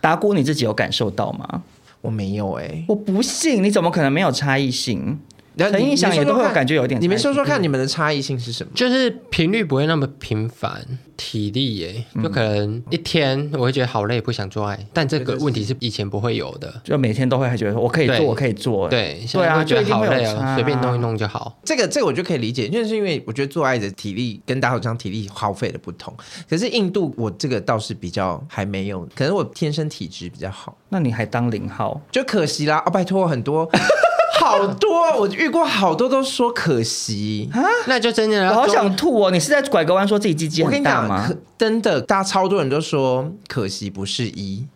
Speaker 2: 达姑，你自己有感受到吗？
Speaker 4: 我没有哎、
Speaker 2: 我不信，你怎么可能没有差异性？
Speaker 4: 欸，
Speaker 2: 欸陈映响也都会有感觉有点
Speaker 4: 你们
Speaker 2: 差异
Speaker 4: 说说看，你们的差异性是什么？
Speaker 3: 就是频率不会那么频繁，体力耶，
Speaker 2: 嗯
Speaker 3: 就可能一天我会觉得好累，不想做爱，但这个问题是以前不会有的。
Speaker 2: 就每天都会觉得说我可以做，
Speaker 3: 对
Speaker 2: 我可以做，
Speaker 3: 对，现
Speaker 2: 对
Speaker 3: 在
Speaker 2: 啊，
Speaker 3: 会觉
Speaker 2: 就
Speaker 3: 得
Speaker 2: 一定
Speaker 3: 好
Speaker 2: 会有
Speaker 3: 累
Speaker 2: 差啊
Speaker 3: 哦，随便弄一。弄就好。
Speaker 4: 这个这个我就可以理解，因为是因为我觉得做爱的体力跟打手枪体力耗费的不同。可是印度我这个倒是比较还没有，可能我天生体质比较好，
Speaker 2: 那你还当零号？
Speaker 4: 就可惜啦。啊，拜托，很多 好多我遇过好多都说可惜。
Speaker 3: 那就真的
Speaker 2: 我
Speaker 3: 要
Speaker 2: 好想
Speaker 3: 中
Speaker 2: 吐哦！你是在拐个弯说自己鸡鸡
Speaker 4: 我跟
Speaker 2: 很
Speaker 4: 你
Speaker 2: 大
Speaker 4: 讲，
Speaker 2: 吗
Speaker 4: 可？真的，大家超多人都说可惜不是一。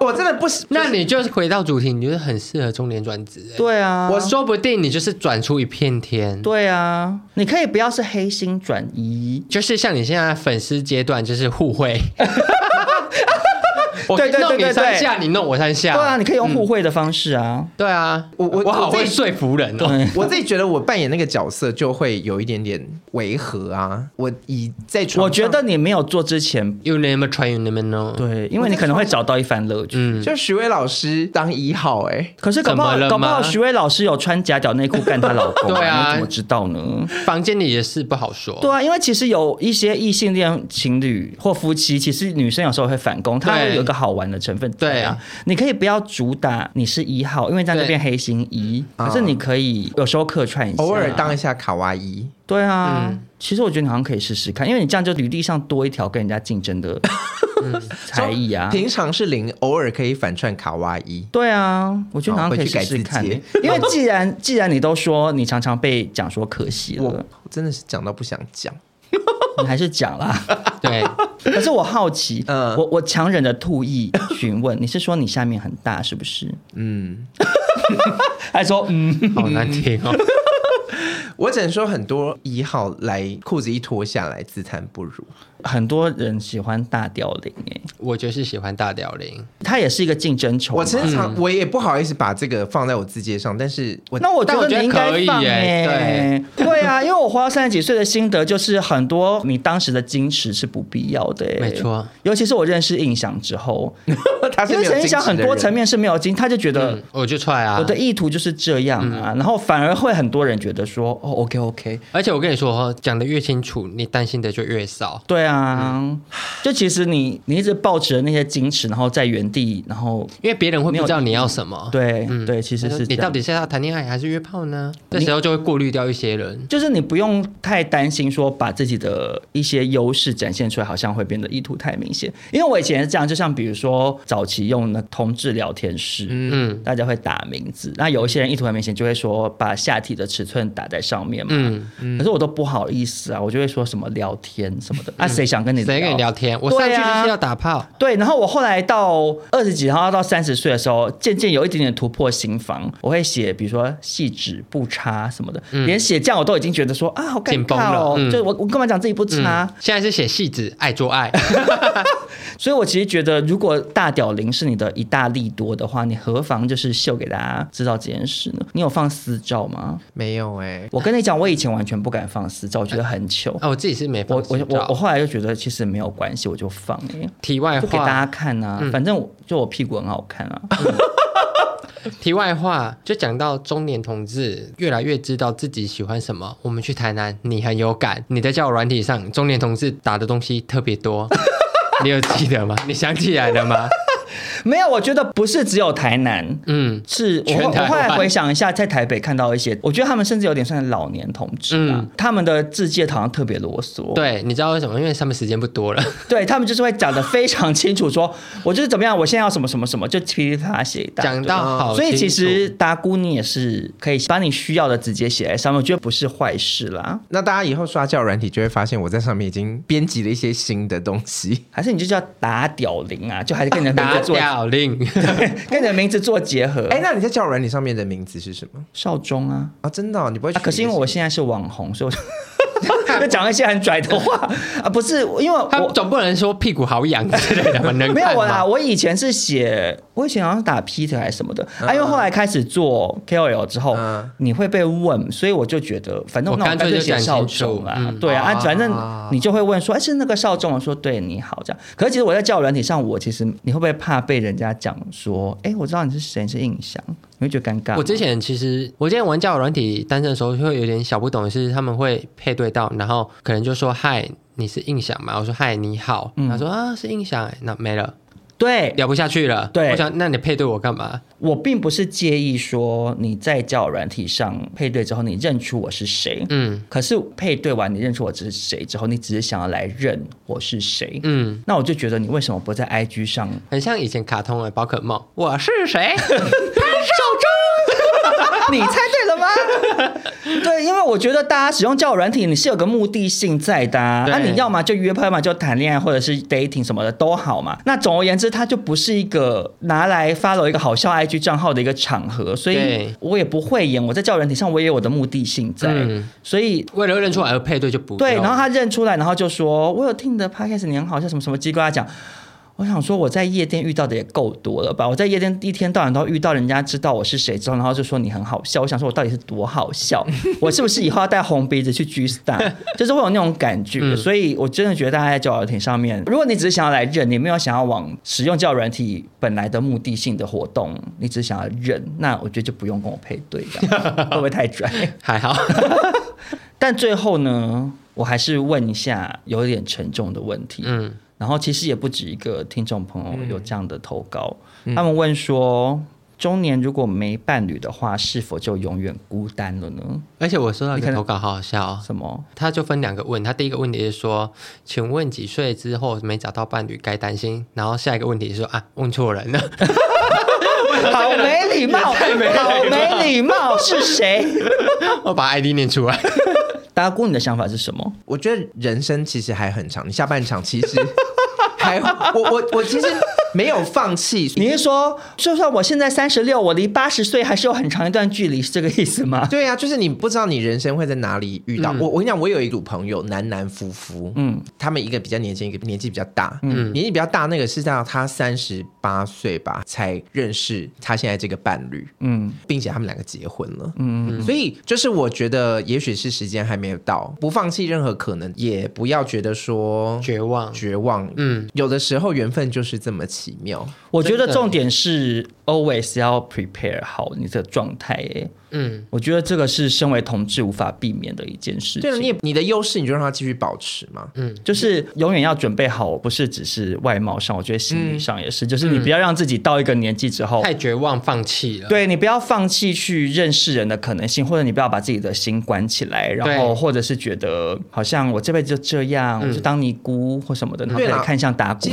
Speaker 4: 我真的不是，
Speaker 3: 呃 那你就是回到主题，你就是很适合中年转职。哎
Speaker 2: 对啊，
Speaker 3: 我说不定你就是转出一片天。
Speaker 2: 对啊，你可以不要是黑心转移。
Speaker 3: 就是像你现在粉丝阶段，就是互 惠。我
Speaker 2: 对对对
Speaker 3: 弄
Speaker 2: 对
Speaker 3: 你三
Speaker 2: 对
Speaker 3: 下，你弄我三下。
Speaker 2: 对啊，你可以
Speaker 3: 嗯
Speaker 2: 用互惠的方式啊。
Speaker 3: 对啊，
Speaker 4: 我我
Speaker 3: 我好
Speaker 4: 我自己
Speaker 3: 会说服人哦。
Speaker 4: 我自己觉得我扮演那个角色就会有一点点违和啊。我以在床上
Speaker 2: 我觉得你没有做之前，
Speaker 3: You never try, you never know。
Speaker 2: 对，因为你可能会找到一番乐趣。
Speaker 3: 嗯，
Speaker 4: 就徐伟老师当一号哎、
Speaker 2: 可是搞不好
Speaker 3: 怎么了吗
Speaker 2: 搞不好徐威老师有穿假屌内裤干她老 公，
Speaker 3: 对啊
Speaker 2: 你怎么知道呢？
Speaker 3: 房间里也是不好说。
Speaker 2: 对啊，因为其实有一些异性恋情侣或夫妻，其实女生有时候会反攻，它
Speaker 3: 对
Speaker 2: 会有一个好玩的成分在啊
Speaker 3: 对。
Speaker 2: 你可以不要主打你是一号，因为在那边黑心一，可是你可以有时候客串一下，
Speaker 4: 啊偶尔当一嗯下卡哇伊。
Speaker 2: 对啊。其实我觉得你好像可以试试看，因为你这样就履历上多一条跟人家竞争的
Speaker 4: 嗯
Speaker 2: 才艺啊。
Speaker 4: 平常是零，偶尔可以反串卡哇伊。
Speaker 2: 对啊，我觉得你好像可以试试
Speaker 4: 好
Speaker 2: 看
Speaker 4: 哦
Speaker 2: 欸
Speaker 4: 回去改，
Speaker 2: 因 为既然既然你都说你常常被讲说可惜
Speaker 4: 我
Speaker 2: 了，
Speaker 4: 真的是讲到不想讲，
Speaker 2: 你还是讲啦。
Speaker 3: 对，
Speaker 2: 可是我好奇，
Speaker 4: 嗯
Speaker 2: 我我强忍着吐意询问，你是说你下面很大是不是？
Speaker 4: 嗯，
Speaker 2: 还说嗯，
Speaker 3: 好难听哦。
Speaker 4: 我只能说很多一号来裤子一脱下来自叹不如。
Speaker 2: 很多人喜欢大凋零哎，
Speaker 3: 我就是喜欢大凋零，
Speaker 2: 它也是一个竞争仇嘛。
Speaker 4: 我经常我也不好意思把这个放在我字节上，但是我
Speaker 2: 那我觉
Speaker 3: 但我觉
Speaker 2: 你
Speaker 3: 得
Speaker 2: 应该
Speaker 3: 可以
Speaker 2: 放哎
Speaker 3: 耶，
Speaker 2: 对啊，因为我活到三十几岁的心得就是，很多你当时的矜持是不必要的哎，
Speaker 3: 没错。
Speaker 2: 尤其是我认识印象之后，
Speaker 4: 他是
Speaker 2: 因为
Speaker 4: 没有
Speaker 2: 陈印
Speaker 4: 矜
Speaker 2: 象
Speaker 4: 持的
Speaker 2: 很多
Speaker 4: 人
Speaker 2: 层面是没有经，他就觉得
Speaker 3: 嗯，我就踹啊嗯
Speaker 2: 我。的意图就是这样啊，然后反而会很多人觉得说，哦，OK OK，
Speaker 3: 而且我跟你说哦，讲的越清楚，你担心的就越少。
Speaker 2: 对啊，就其实你你一直抱持着那些矜持，然后在原地，然后
Speaker 3: 因为别人会不知道你要什么。
Speaker 2: 对、对，其实
Speaker 3: 他说
Speaker 2: 是这
Speaker 3: 你
Speaker 2: 样
Speaker 3: 到底是要谈恋爱还是约炮呢？这时候就会过滤掉一些人。
Speaker 2: 就是你不用太担心说把自己的一些优势展现出来，好像会变得意图太明显。因为我以前是这样，就像比如说早期用的同志聊天室，嗯，大家会打名字，那有一些人意图很明显，就会说把下体的尺寸打在上面嘛，可是我都不好意思啊，我就会说什么聊天什么的，啊，谁想跟你
Speaker 3: 谁跟你聊天？我上去
Speaker 2: 对
Speaker 3: 就
Speaker 2: 啊
Speaker 3: 是要打炮。
Speaker 2: 对，然后我后来到二十几，然后到三十岁的时候，渐渐有一点点突破心防。我会写，比如说细致不差什么的，连写这样我都已经觉得说啊，好
Speaker 3: 嗯
Speaker 2: 尴
Speaker 3: 紧绷
Speaker 2: 尬
Speaker 3: 了
Speaker 2: 哦。
Speaker 3: 嗯
Speaker 2: 就我我干嘛讲自己不差？
Speaker 3: 嗯，现在是写戏子爱做 爱，
Speaker 2: 所以我其实觉得，如果大屌零是你的一大利多的话，你何妨就是秀给大家知道这件事呢？你有放私照吗？
Speaker 4: 没有哎、
Speaker 2: 我跟你讲，我以前完全不敢放私照，我觉得很糗。
Speaker 3: 啊，我自己是没
Speaker 2: 哦我
Speaker 3: 哎放
Speaker 2: 我
Speaker 3: 私
Speaker 2: 我我
Speaker 3: 照。
Speaker 2: 后来就觉得其实没有关系，我就放、欸，
Speaker 3: 题外
Speaker 2: 就给大
Speaker 3: 哎话嗯
Speaker 2: 家，看啊。反正我就我屁股很好看啊。
Speaker 3: 题外话，就讲到中年同志越来越知道自己喜欢什么。我们去台南，你很有感，你在交友软体上，中年同志打的东西特别 多，你有记得吗？你想起来了吗？
Speaker 2: 没有，我觉得不是只有台南。
Speaker 3: 嗯，
Speaker 2: 是我
Speaker 3: 全
Speaker 2: 后我
Speaker 3: 台
Speaker 2: 后来
Speaker 3: 湾
Speaker 2: 回想一下，在台北看到一些，我觉得他们甚至有点算老年同志啊，
Speaker 3: 嗯
Speaker 2: 他们的字界好像特别啰嗦。
Speaker 3: 对，你知道为什么？因为他们时间不多 了。
Speaker 2: 对他们就是会讲的非常清楚 说，我就是怎么样，我现在要什么什么什么，就噼里啪啦写一大堆。
Speaker 3: 讲到好
Speaker 2: 所
Speaker 3: 清楚，
Speaker 2: 以其实打鼓你也是可以把你需要的直接写在上面，我觉得不是坏事啦。
Speaker 4: 那大家以后刷教软体就会发现，我在上面已经编辑了一些新的东 西。
Speaker 2: 还是你就叫打屌铃啊，就还是跟你的名
Speaker 3: 打
Speaker 2: 字做，
Speaker 3: 掉令，
Speaker 2: 跟你的名字做结合。
Speaker 4: 哎、
Speaker 2: 哎，
Speaker 4: 那你在教软体上面的名字是什么
Speaker 2: 少中啊，
Speaker 4: 啊？真的哦、你不会
Speaker 2: 啊
Speaker 4: 取、
Speaker 2: 可是因为我现在是网红，所以我就 讲一些很拽 的话啊，不是因为我
Speaker 3: 他总不能说屁股好痒之类的吧？能
Speaker 2: 没有
Speaker 3: 看
Speaker 2: 我啦，
Speaker 3: 吗？
Speaker 2: 我以前是写，我以前好像是打 Peter 还是什么的，
Speaker 3: 嗯
Speaker 2: 啊，因为后来开始做 KOL 之后，
Speaker 4: 嗯
Speaker 2: 你会被问，所以我就觉得，反正
Speaker 3: 我
Speaker 2: 那我
Speaker 3: 干脆
Speaker 2: 脆
Speaker 3: 就
Speaker 2: 写
Speaker 3: 讲
Speaker 2: 少
Speaker 3: 清楚
Speaker 2: 中啊
Speaker 3: 嗯，
Speaker 2: 对啊，啊，
Speaker 4: 啊
Speaker 2: 反正你就会问说，哎，是那个少中吗？我说对，你好这样。可是其实我在交友软体上，我其实你会不会怕被人家讲说，哎，我知道你是谁，你是印象，你会觉得尴尬吗？
Speaker 3: 我之前其实，我之前玩交友软体单身的时候，会有点小不懂的是，他们会配对到，然后可能就说嗨，你是印象嘛？我说嗨，你好。
Speaker 2: 嗯
Speaker 3: 他说啊，是印象、欸，那没了，
Speaker 2: 对，
Speaker 3: 聊不下去了。
Speaker 2: 对
Speaker 3: 嗯我想那你配对我干嘛？
Speaker 2: 我并不是介意说你在交友软体上配对之后，你认出我是谁，
Speaker 3: 嗯
Speaker 2: 可是配对完你认出我是谁之后，你只是想要来认我是谁，
Speaker 3: 嗯，
Speaker 2: 那我就觉得你为什么不在 IG 上？
Speaker 3: 很像以前卡通的宝可梦，我是谁？
Speaker 2: 你猜对 了吗？对，因为我觉得大家使用交友软体，你是有个目的性在的、啊，
Speaker 3: 对
Speaker 2: 那、你要么就约炮嘛，就谈恋爱，或者是 dating 什么的都好嘛。那总而言之，它就不是一个拿来 follow 一个好笑 IG 账号的一个场合，所以
Speaker 3: 对
Speaker 2: 我也不会演。我在交友软体上，我也有我的目的性在，
Speaker 3: 嗯
Speaker 2: 所以
Speaker 3: 为了认出来而配对就不
Speaker 2: 对，
Speaker 3: 用
Speaker 2: 然后他认出来，然后就说：“我有听你的 podcast，你很好笑，什么什么叽呱呱讲。”我想说，我在夜店遇到的也够多了吧？我在夜店一天到晚都遇到人家知道我是谁之后，然后就说你很好笑。我想说，我到底是多好笑？ 我是不是以后要带红鼻子去 G Star？就是会有那种感觉。所以我真的觉得大家在交友软体上面，如果你只是想要来认，你没有想要往使用交友软体本来的目的性的活动，你只是想要认，那我觉得就不用跟我配对了， 会不会太拽？
Speaker 3: 还好。
Speaker 2: 但最后呢，我还是问一下有一点沉重的问题。
Speaker 3: 嗯，
Speaker 2: 然后其实也不止一个听众朋友有这样的投稿，他们问说。中年如果没伴侣的话，是否就永远孤单了呢？
Speaker 3: 而且我收到一
Speaker 2: 你可
Speaker 3: 个
Speaker 2: 能
Speaker 3: 投稿，好好笑、哦。
Speaker 2: 什么？
Speaker 3: 他就分两个问，他第一个问题是说，请问几岁之后没找到伴侣该担心？然后下一个问题是说啊，问错人了。
Speaker 2: 好没礼 貌，好没礼貌，是谁？
Speaker 3: 我把 ID 念出来。
Speaker 2: 达姑，你的想法是什么？
Speaker 4: 我觉得人生其实还很长，你下半场其实还 我我我其实没有放弃。
Speaker 2: 你是说，就算我现在三十六，我离八十岁还是有很长一段距离，是这个意思吗？
Speaker 4: 对啊，就是你不知道你人生会在哪里遇到。我我跟你讲，我有一组朋友，男男夫妇，嗯，他们一个比较年轻，一个年纪比较大，嗯，年纪比较大那个是到他三十八岁吧才认识他现在这个伴侣，
Speaker 2: 嗯，
Speaker 4: 并且他们两个结婚了，嗯，所以就是我觉得也许是时间还没有到，不放弃任何可能，也不要觉得说
Speaker 3: 绝望
Speaker 4: 绝望，嗯
Speaker 3: 嗯，
Speaker 4: 有的时候缘分就是这么奇妙。
Speaker 2: 我觉得
Speaker 3: 真的
Speaker 2: 重点是 always 要 prepare 好你的状态、欸。
Speaker 3: 嗯，
Speaker 2: 我觉得这个是身为同志无法避免的一件事情。
Speaker 4: 对了，你也你的优势，你就让它继续保持嘛。
Speaker 2: 就是永远要准备好，不是只是外貌上，我觉得心理上也
Speaker 4: 嗯
Speaker 2: 是，就是你不要让自己到一个年纪之后。
Speaker 3: 太绝望，放弃了。
Speaker 2: 对你不要放弃去认识人的可能性，或者你不要把自己的心关起来，然
Speaker 3: 对
Speaker 2: 后或者是觉得好像我这辈子就这样，我就当尼姑或什么的，然后
Speaker 4: 嗯对啦
Speaker 2: 再看向打鼓。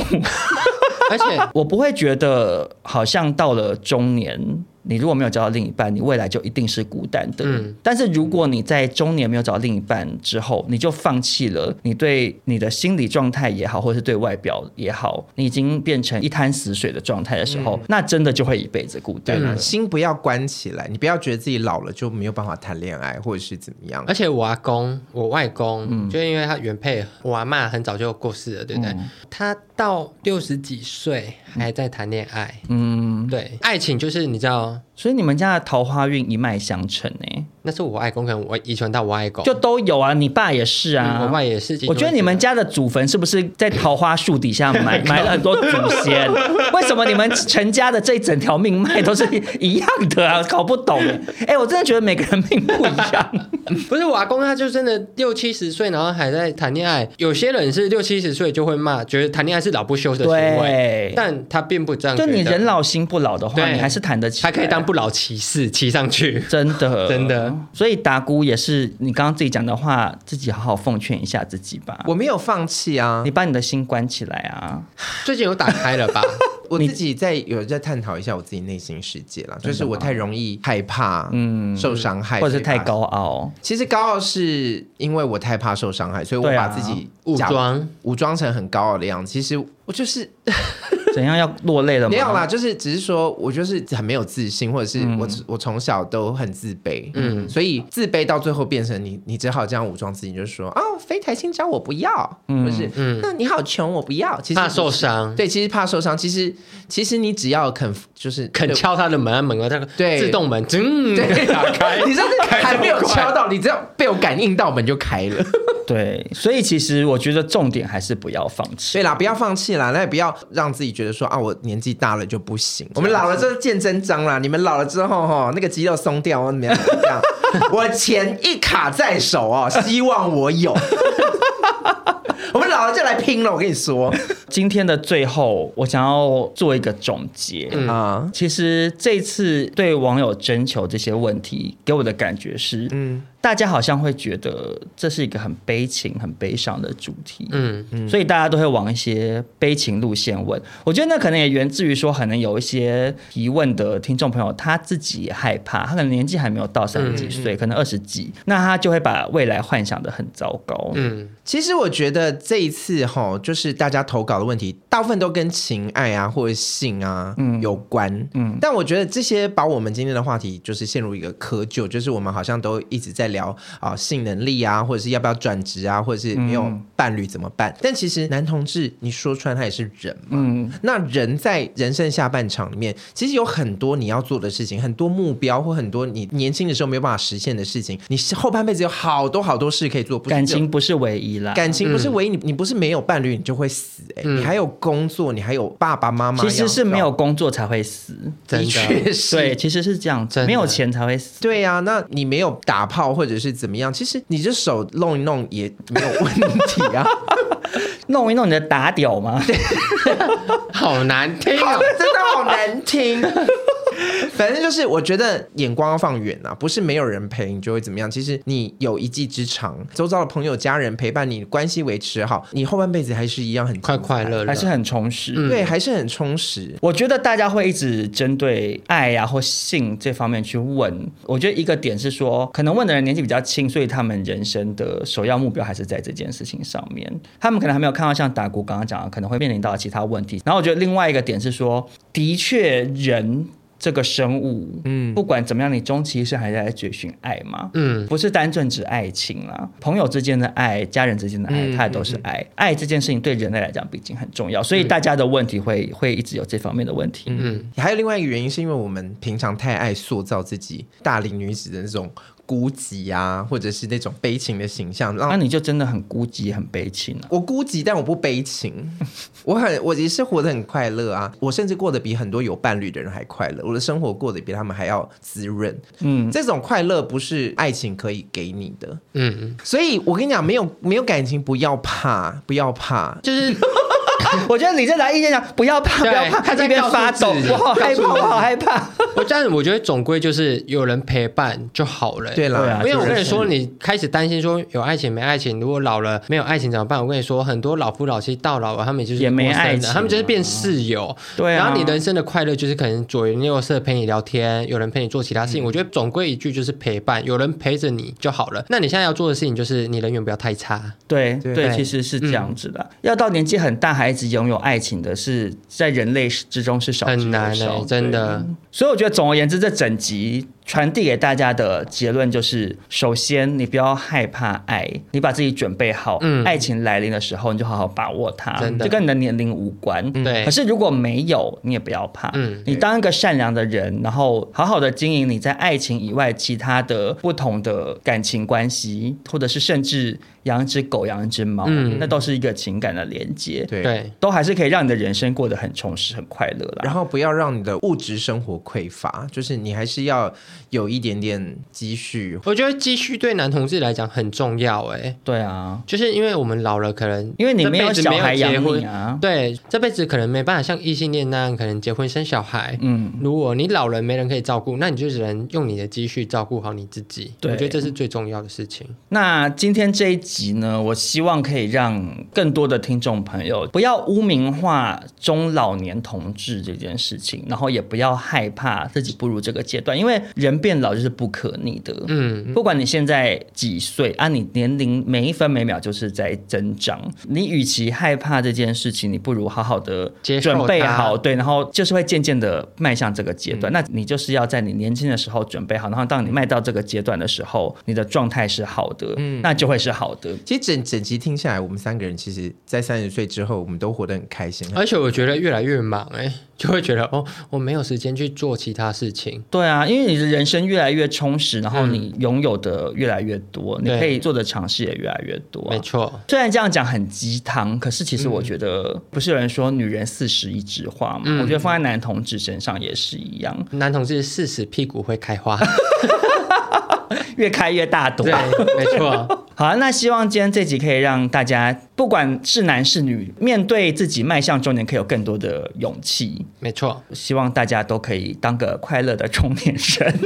Speaker 3: 而且
Speaker 2: 我不会觉得好像到了中年，你如果没有交到另一半，你未来就一定是孤单的。
Speaker 3: 嗯
Speaker 2: 但是如果你在中年没有找到另一半之后，你就放弃了，你对你的心理状态也好，或是对外表也好，你已经变成一滩死水的状态的时
Speaker 3: 嗯
Speaker 2: 候，那真的就会一辈子孤单
Speaker 4: 对
Speaker 2: 了。
Speaker 4: 了，心不要关起来，你不要觉得自己老了就没有办法谈恋爱，或者是怎么样。
Speaker 2: 哎
Speaker 3: 而且我阿公，我外公，
Speaker 2: 嗯
Speaker 3: 就因为他原配，我阿妈很早就过世了，对不对？他到六十几岁还在谈恋爱，
Speaker 2: 嗯，
Speaker 3: 对，爱情就是你知道，
Speaker 2: 所以你们家的桃花运一脉相承哎、
Speaker 3: 那是我外公，可能我遗传到我外公，
Speaker 2: 就都有啊，你爸也是啊，
Speaker 3: 哦嗯我爸也是。
Speaker 2: 我觉得你们家的祖坟是不是在桃花树底 下埋埋了很多祖先？为什么你们陈家的这一整条命脉都是一样的啊？搞不懂哎、哎我真的觉得每个人命不一样。
Speaker 3: 不是 我阿公，他就真的六七十岁，然后还在谈恋爱。有些人是六七十岁就会骂，觉得谈恋爱是老不休的行为，
Speaker 2: 对，
Speaker 3: 但他并不这样觉
Speaker 2: 就
Speaker 3: 得。
Speaker 2: 你人老心不老的话，
Speaker 3: 对
Speaker 2: 你还是谈得起来，
Speaker 3: 还可以当不老骑士骑上去。
Speaker 2: 真的
Speaker 3: 真的。
Speaker 2: 所以达姑也是你刚刚自己讲的话，自己好好奉劝一下自己吧。
Speaker 4: 我没有放弃啊
Speaker 2: 你，把你的心关起来啊！
Speaker 3: 最近有打开 了吧？
Speaker 4: 我自己在有在探讨一下我自己内心世界啦，就是我太容易害怕，嗯，受伤害，
Speaker 2: 或者是太
Speaker 4: 所以怕。
Speaker 2: 高傲，
Speaker 4: 其实高傲是因为我太怕受伤害，所以我
Speaker 2: 对啊
Speaker 4: 把自己
Speaker 3: 武
Speaker 4: 假
Speaker 3: 装
Speaker 4: 武装成很高傲的样子。其实我就是
Speaker 2: 怎样要落泪了吗？
Speaker 4: 没有啦，就是只是说我就是很没有自信，或者
Speaker 3: 嗯
Speaker 4: 是我、我从小都很自卑，嗯，所以自卑到最后变成你，你只好这样武装自己，就是说哦，飞台青椒我不要，或是嗯，那你好穷我不要，其实
Speaker 3: 怕
Speaker 4: 不是
Speaker 3: 受伤，
Speaker 4: 对，其实怕受伤，其实其实你只要肯就是
Speaker 3: 肯敲他的门，他门啊，那个
Speaker 4: 对
Speaker 3: 自动门，嗯，
Speaker 4: 对。
Speaker 3: 打开
Speaker 4: 你上次还没有
Speaker 3: 开这么快
Speaker 4: 敲到，你只要被我感应到门就开了。
Speaker 2: 对，所以其实我觉得重点还是不要放
Speaker 4: 对
Speaker 2: 弃。
Speaker 4: 啦，不要放弃啦，那也不要让自己觉得说啊，我年纪大了就不行。我们老了就是啊见真章啦，你们老了之后哈，那个肌肉松掉，我怎么样？怎么样我钱一卡在手哦，希望我 有。我们老了就来拼了，我跟你说
Speaker 2: 今天的最后，我想要做一个总结。
Speaker 3: 嗯
Speaker 4: 啊，
Speaker 2: 其实这次对网友征求这些问题，给我的感觉是，嗯，大家好像会觉得这是一个很悲情、很悲伤的主题，
Speaker 3: 嗯，
Speaker 2: 所以大家都会往一些悲情路线问。我觉得那可能也源自于说，可能有一些提问的听众朋友他自己也害怕，他可能年纪还没有到三十几岁，可能二十几，那他就会把未来幻想的很糟糕。
Speaker 3: 嗯，
Speaker 4: 其实我觉得这一次哈，就是大家投稿的问题，大部分都跟情爱啊或者性啊、有关。嗯，但我觉得这些把我们今天的话题就是陷入一个窠臼，就是我们好像都一直在聊啊、性能力啊，或者是要不要转职啊，或者是没有
Speaker 2: 嗯
Speaker 4: 伴侣怎么办？但其实男同志，你说穿他也是人嘛。
Speaker 2: 嗯，
Speaker 4: 那人在人生下半场里面，其实有很多你要做的事情，很多目标或很多你年轻的时候没有办法实现的事情，你后半辈子有好多好多事可以做，不是
Speaker 2: 感
Speaker 4: 只有
Speaker 2: 情不是唯一啦，
Speaker 4: 感情不是唯一，你你不是没有伴侣你就会死、欸，你还有工作，你还有爸爸妈妈，
Speaker 2: 嗯其实是没有，工作才会死，
Speaker 3: 真的，
Speaker 4: 的确是。
Speaker 2: 对，其实是这样
Speaker 3: 真
Speaker 2: 子，
Speaker 3: 的
Speaker 2: 没有钱才会死。
Speaker 4: 对啊，那你没有打炮或者是怎么样，其实你这手弄一弄也没有问题 啊，
Speaker 2: 弄一弄你的打屌吗？
Speaker 3: 好难
Speaker 2: 哎
Speaker 3: 听
Speaker 4: 好
Speaker 3: 哦。
Speaker 4: 真的好难听。啊反正就是，我觉得眼光要放远啊，不是没有人陪你就会怎么样。其实你有一技之长，周遭的朋友、家人陪伴你，关系维持好，你后半辈子还是一样很
Speaker 3: 快快乐乐
Speaker 2: 还是很充实。
Speaker 4: 对，还是很充实。
Speaker 2: 我觉得大家会一直针对爱呀、或性这方面去问。我觉得一个点是说，可能问的人年纪比较轻，所以他们人生的首要目标还是在这件事情上面。他们可能还没有看到像达姑刚刚讲的，可能会面临到其他问题。然后我觉得另外一个点是说，的确人。这个生物，嗯，不管怎么样，你终其一生还在追寻爱嘛，嗯，不是单纯指爱情啦，朋友之间的爱、家人之间的爱，
Speaker 3: 嗯
Speaker 2: 它也都是爱。爱这件事情对人类来讲毕竟很重要，
Speaker 3: 嗯
Speaker 2: 所以大家的问题会会一直有这方面的问题。嗯，
Speaker 4: 还有另外一个原因，是因为我们平常太爱塑造自己大龄女子的那种孤寂啊，或者是那种悲情的形象，
Speaker 2: 那
Speaker 4: 让。
Speaker 2: 你就真的很孤寂、很悲情 啊。
Speaker 4: 我孤寂，但我不悲情， 我很我也是活得很快乐啊！我甚至过得比很多有伴侣的人还快乐，我的生活过得比他们还要滋润。嗯，这种快乐不是爱情可以给你的，
Speaker 3: 嗯，
Speaker 4: 所以我跟你讲，没有没有感情不要怕，不要怕，
Speaker 3: 就是
Speaker 2: 我觉得李正达一边讲不要怕，不
Speaker 3: 对
Speaker 2: 要怕，
Speaker 3: 他在
Speaker 2: 一边
Speaker 3: 告诉
Speaker 2: 发抖，
Speaker 3: 自己
Speaker 2: 我好害
Speaker 3: 告诉自己
Speaker 2: 怕，我好 害怕。
Speaker 3: 我但我觉得总归就是有人陪伴就好了、欸
Speaker 2: 对
Speaker 4: 对啦
Speaker 2: 啊，
Speaker 3: 因为我跟你
Speaker 2: 就
Speaker 3: 说，
Speaker 2: 是
Speaker 3: 你开始担心说有爱情没爱情，如果老了没有爱情怎么办？我跟你说，很多老夫老妻到老了，他们就是
Speaker 2: 也没
Speaker 3: 陌生人
Speaker 2: 爱情啊
Speaker 3: 他们就是变室友。
Speaker 2: 对啊
Speaker 3: 然后你人生的快乐就是可能左邻右舍陪你聊天，有人陪你做其他事
Speaker 2: 嗯
Speaker 3: 情。我觉得总归一句就是陪伴，有人陪着你就好了。那你现在要做的事情就是你人缘不要太差。
Speaker 2: 对
Speaker 4: 对
Speaker 2: 对，其实是这样子的。
Speaker 3: 嗯
Speaker 2: 要到年纪很大还一直拥有爱情的是，在人类之中是少之
Speaker 3: 很
Speaker 2: 又
Speaker 3: 难
Speaker 2: 少
Speaker 3: 欸真的。
Speaker 2: 对所以我觉得，总而言之，这整集传递给大家的结论就是：首先，你不要害怕爱，你把自己准备好，
Speaker 3: 嗯
Speaker 2: 爱情来临的时候，你就好好把握它。
Speaker 3: 真的嗯
Speaker 2: 这跟你的年龄无关。
Speaker 3: 对
Speaker 2: 可是如果没有，你也不要怕。
Speaker 3: 嗯
Speaker 2: 你当一个善良的人，然后好好的经营你在爱情以外其他的不同的感情关系，或者是甚至养一只狗、养一只猫，
Speaker 3: 嗯
Speaker 2: 那都是一个情感的连接，
Speaker 4: 对。
Speaker 3: 对，
Speaker 2: 都还是可以让你的人生过得很充实、很快乐啦。
Speaker 4: 然后不要让你的物质生活匮乏，就是你还是要有一点点积蓄。
Speaker 3: 我觉得积蓄对男同志来讲很重要、欸。
Speaker 2: 对啊，
Speaker 3: 就是因为我们老了，可能
Speaker 2: 因为你
Speaker 3: 这
Speaker 2: 没有
Speaker 3: 辈子
Speaker 2: 小
Speaker 3: 没有
Speaker 2: 孩
Speaker 3: 结
Speaker 2: 养
Speaker 3: 婚
Speaker 2: 你啊
Speaker 3: 对，这辈子可能没办法像异性恋那样，可能结婚生小孩。
Speaker 2: 嗯，
Speaker 3: 如果你老了没人可以照顾，那你就只能用你的积蓄照顾好你自己。
Speaker 2: 对
Speaker 3: 我觉得这是最重要的事情。
Speaker 2: 那今天这一集呢，我希望可以让更多的听众朋友不要污名化中老年同志这件事情，然后也不要害怕自己步入这个阶段，因为人变老就是不可逆的。
Speaker 3: 嗯，
Speaker 2: 不管你现在几岁啊，你年龄每一分每秒就是在增长。你与其害怕这件事情，你不如好好的
Speaker 3: 接受它
Speaker 2: 准备好，对，然后就是会渐渐的迈向这个阶
Speaker 3: 嗯
Speaker 2: 段。那你就是要在你年轻的时候准备好，然后当你迈到这个阶段的时候，你的状态是好的，
Speaker 3: 嗯
Speaker 2: 那就会是好的。
Speaker 4: 其实整整集听下来，我们三个人其实，在三十岁之后，我们都活得很开心。
Speaker 3: 而且我觉得越来越忙、哎， 就会觉得哦，我没有时间去做其他事情。
Speaker 2: 对啊，因为你的人生越来越充实，然后你拥有的越来越多，你
Speaker 3: 嗯对
Speaker 2: 可以做的尝试也越来越多啊、
Speaker 3: 没错，
Speaker 2: 虽然这样讲很鸡汤，可是其实我觉得，不是有人说女人四十一枝花嘛？我觉得放在男同志身上也是一样，
Speaker 3: 男同志四十屁股会开花。
Speaker 2: 越开越大朵
Speaker 3: 对。，没错，
Speaker 2: 好，那希望今天这集可以让大家，不管是男是女，面对自己迈向中年，可以有更多的勇气。
Speaker 3: 没错。
Speaker 2: 希望大家都可以当个快乐的中年人。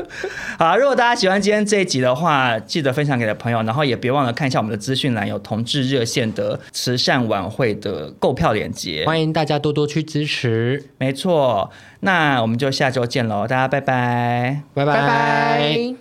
Speaker 2: 好，如果大家喜欢今天这一集的话，记得分享给的朋友，然后也别忘了看一下我们的资讯栏有同志热线的慈善晚会的购票链接。
Speaker 3: 欢迎大家多多去支持，
Speaker 2: 没错，那我们就下周见喽，大家拜拜。
Speaker 3: 拜拜。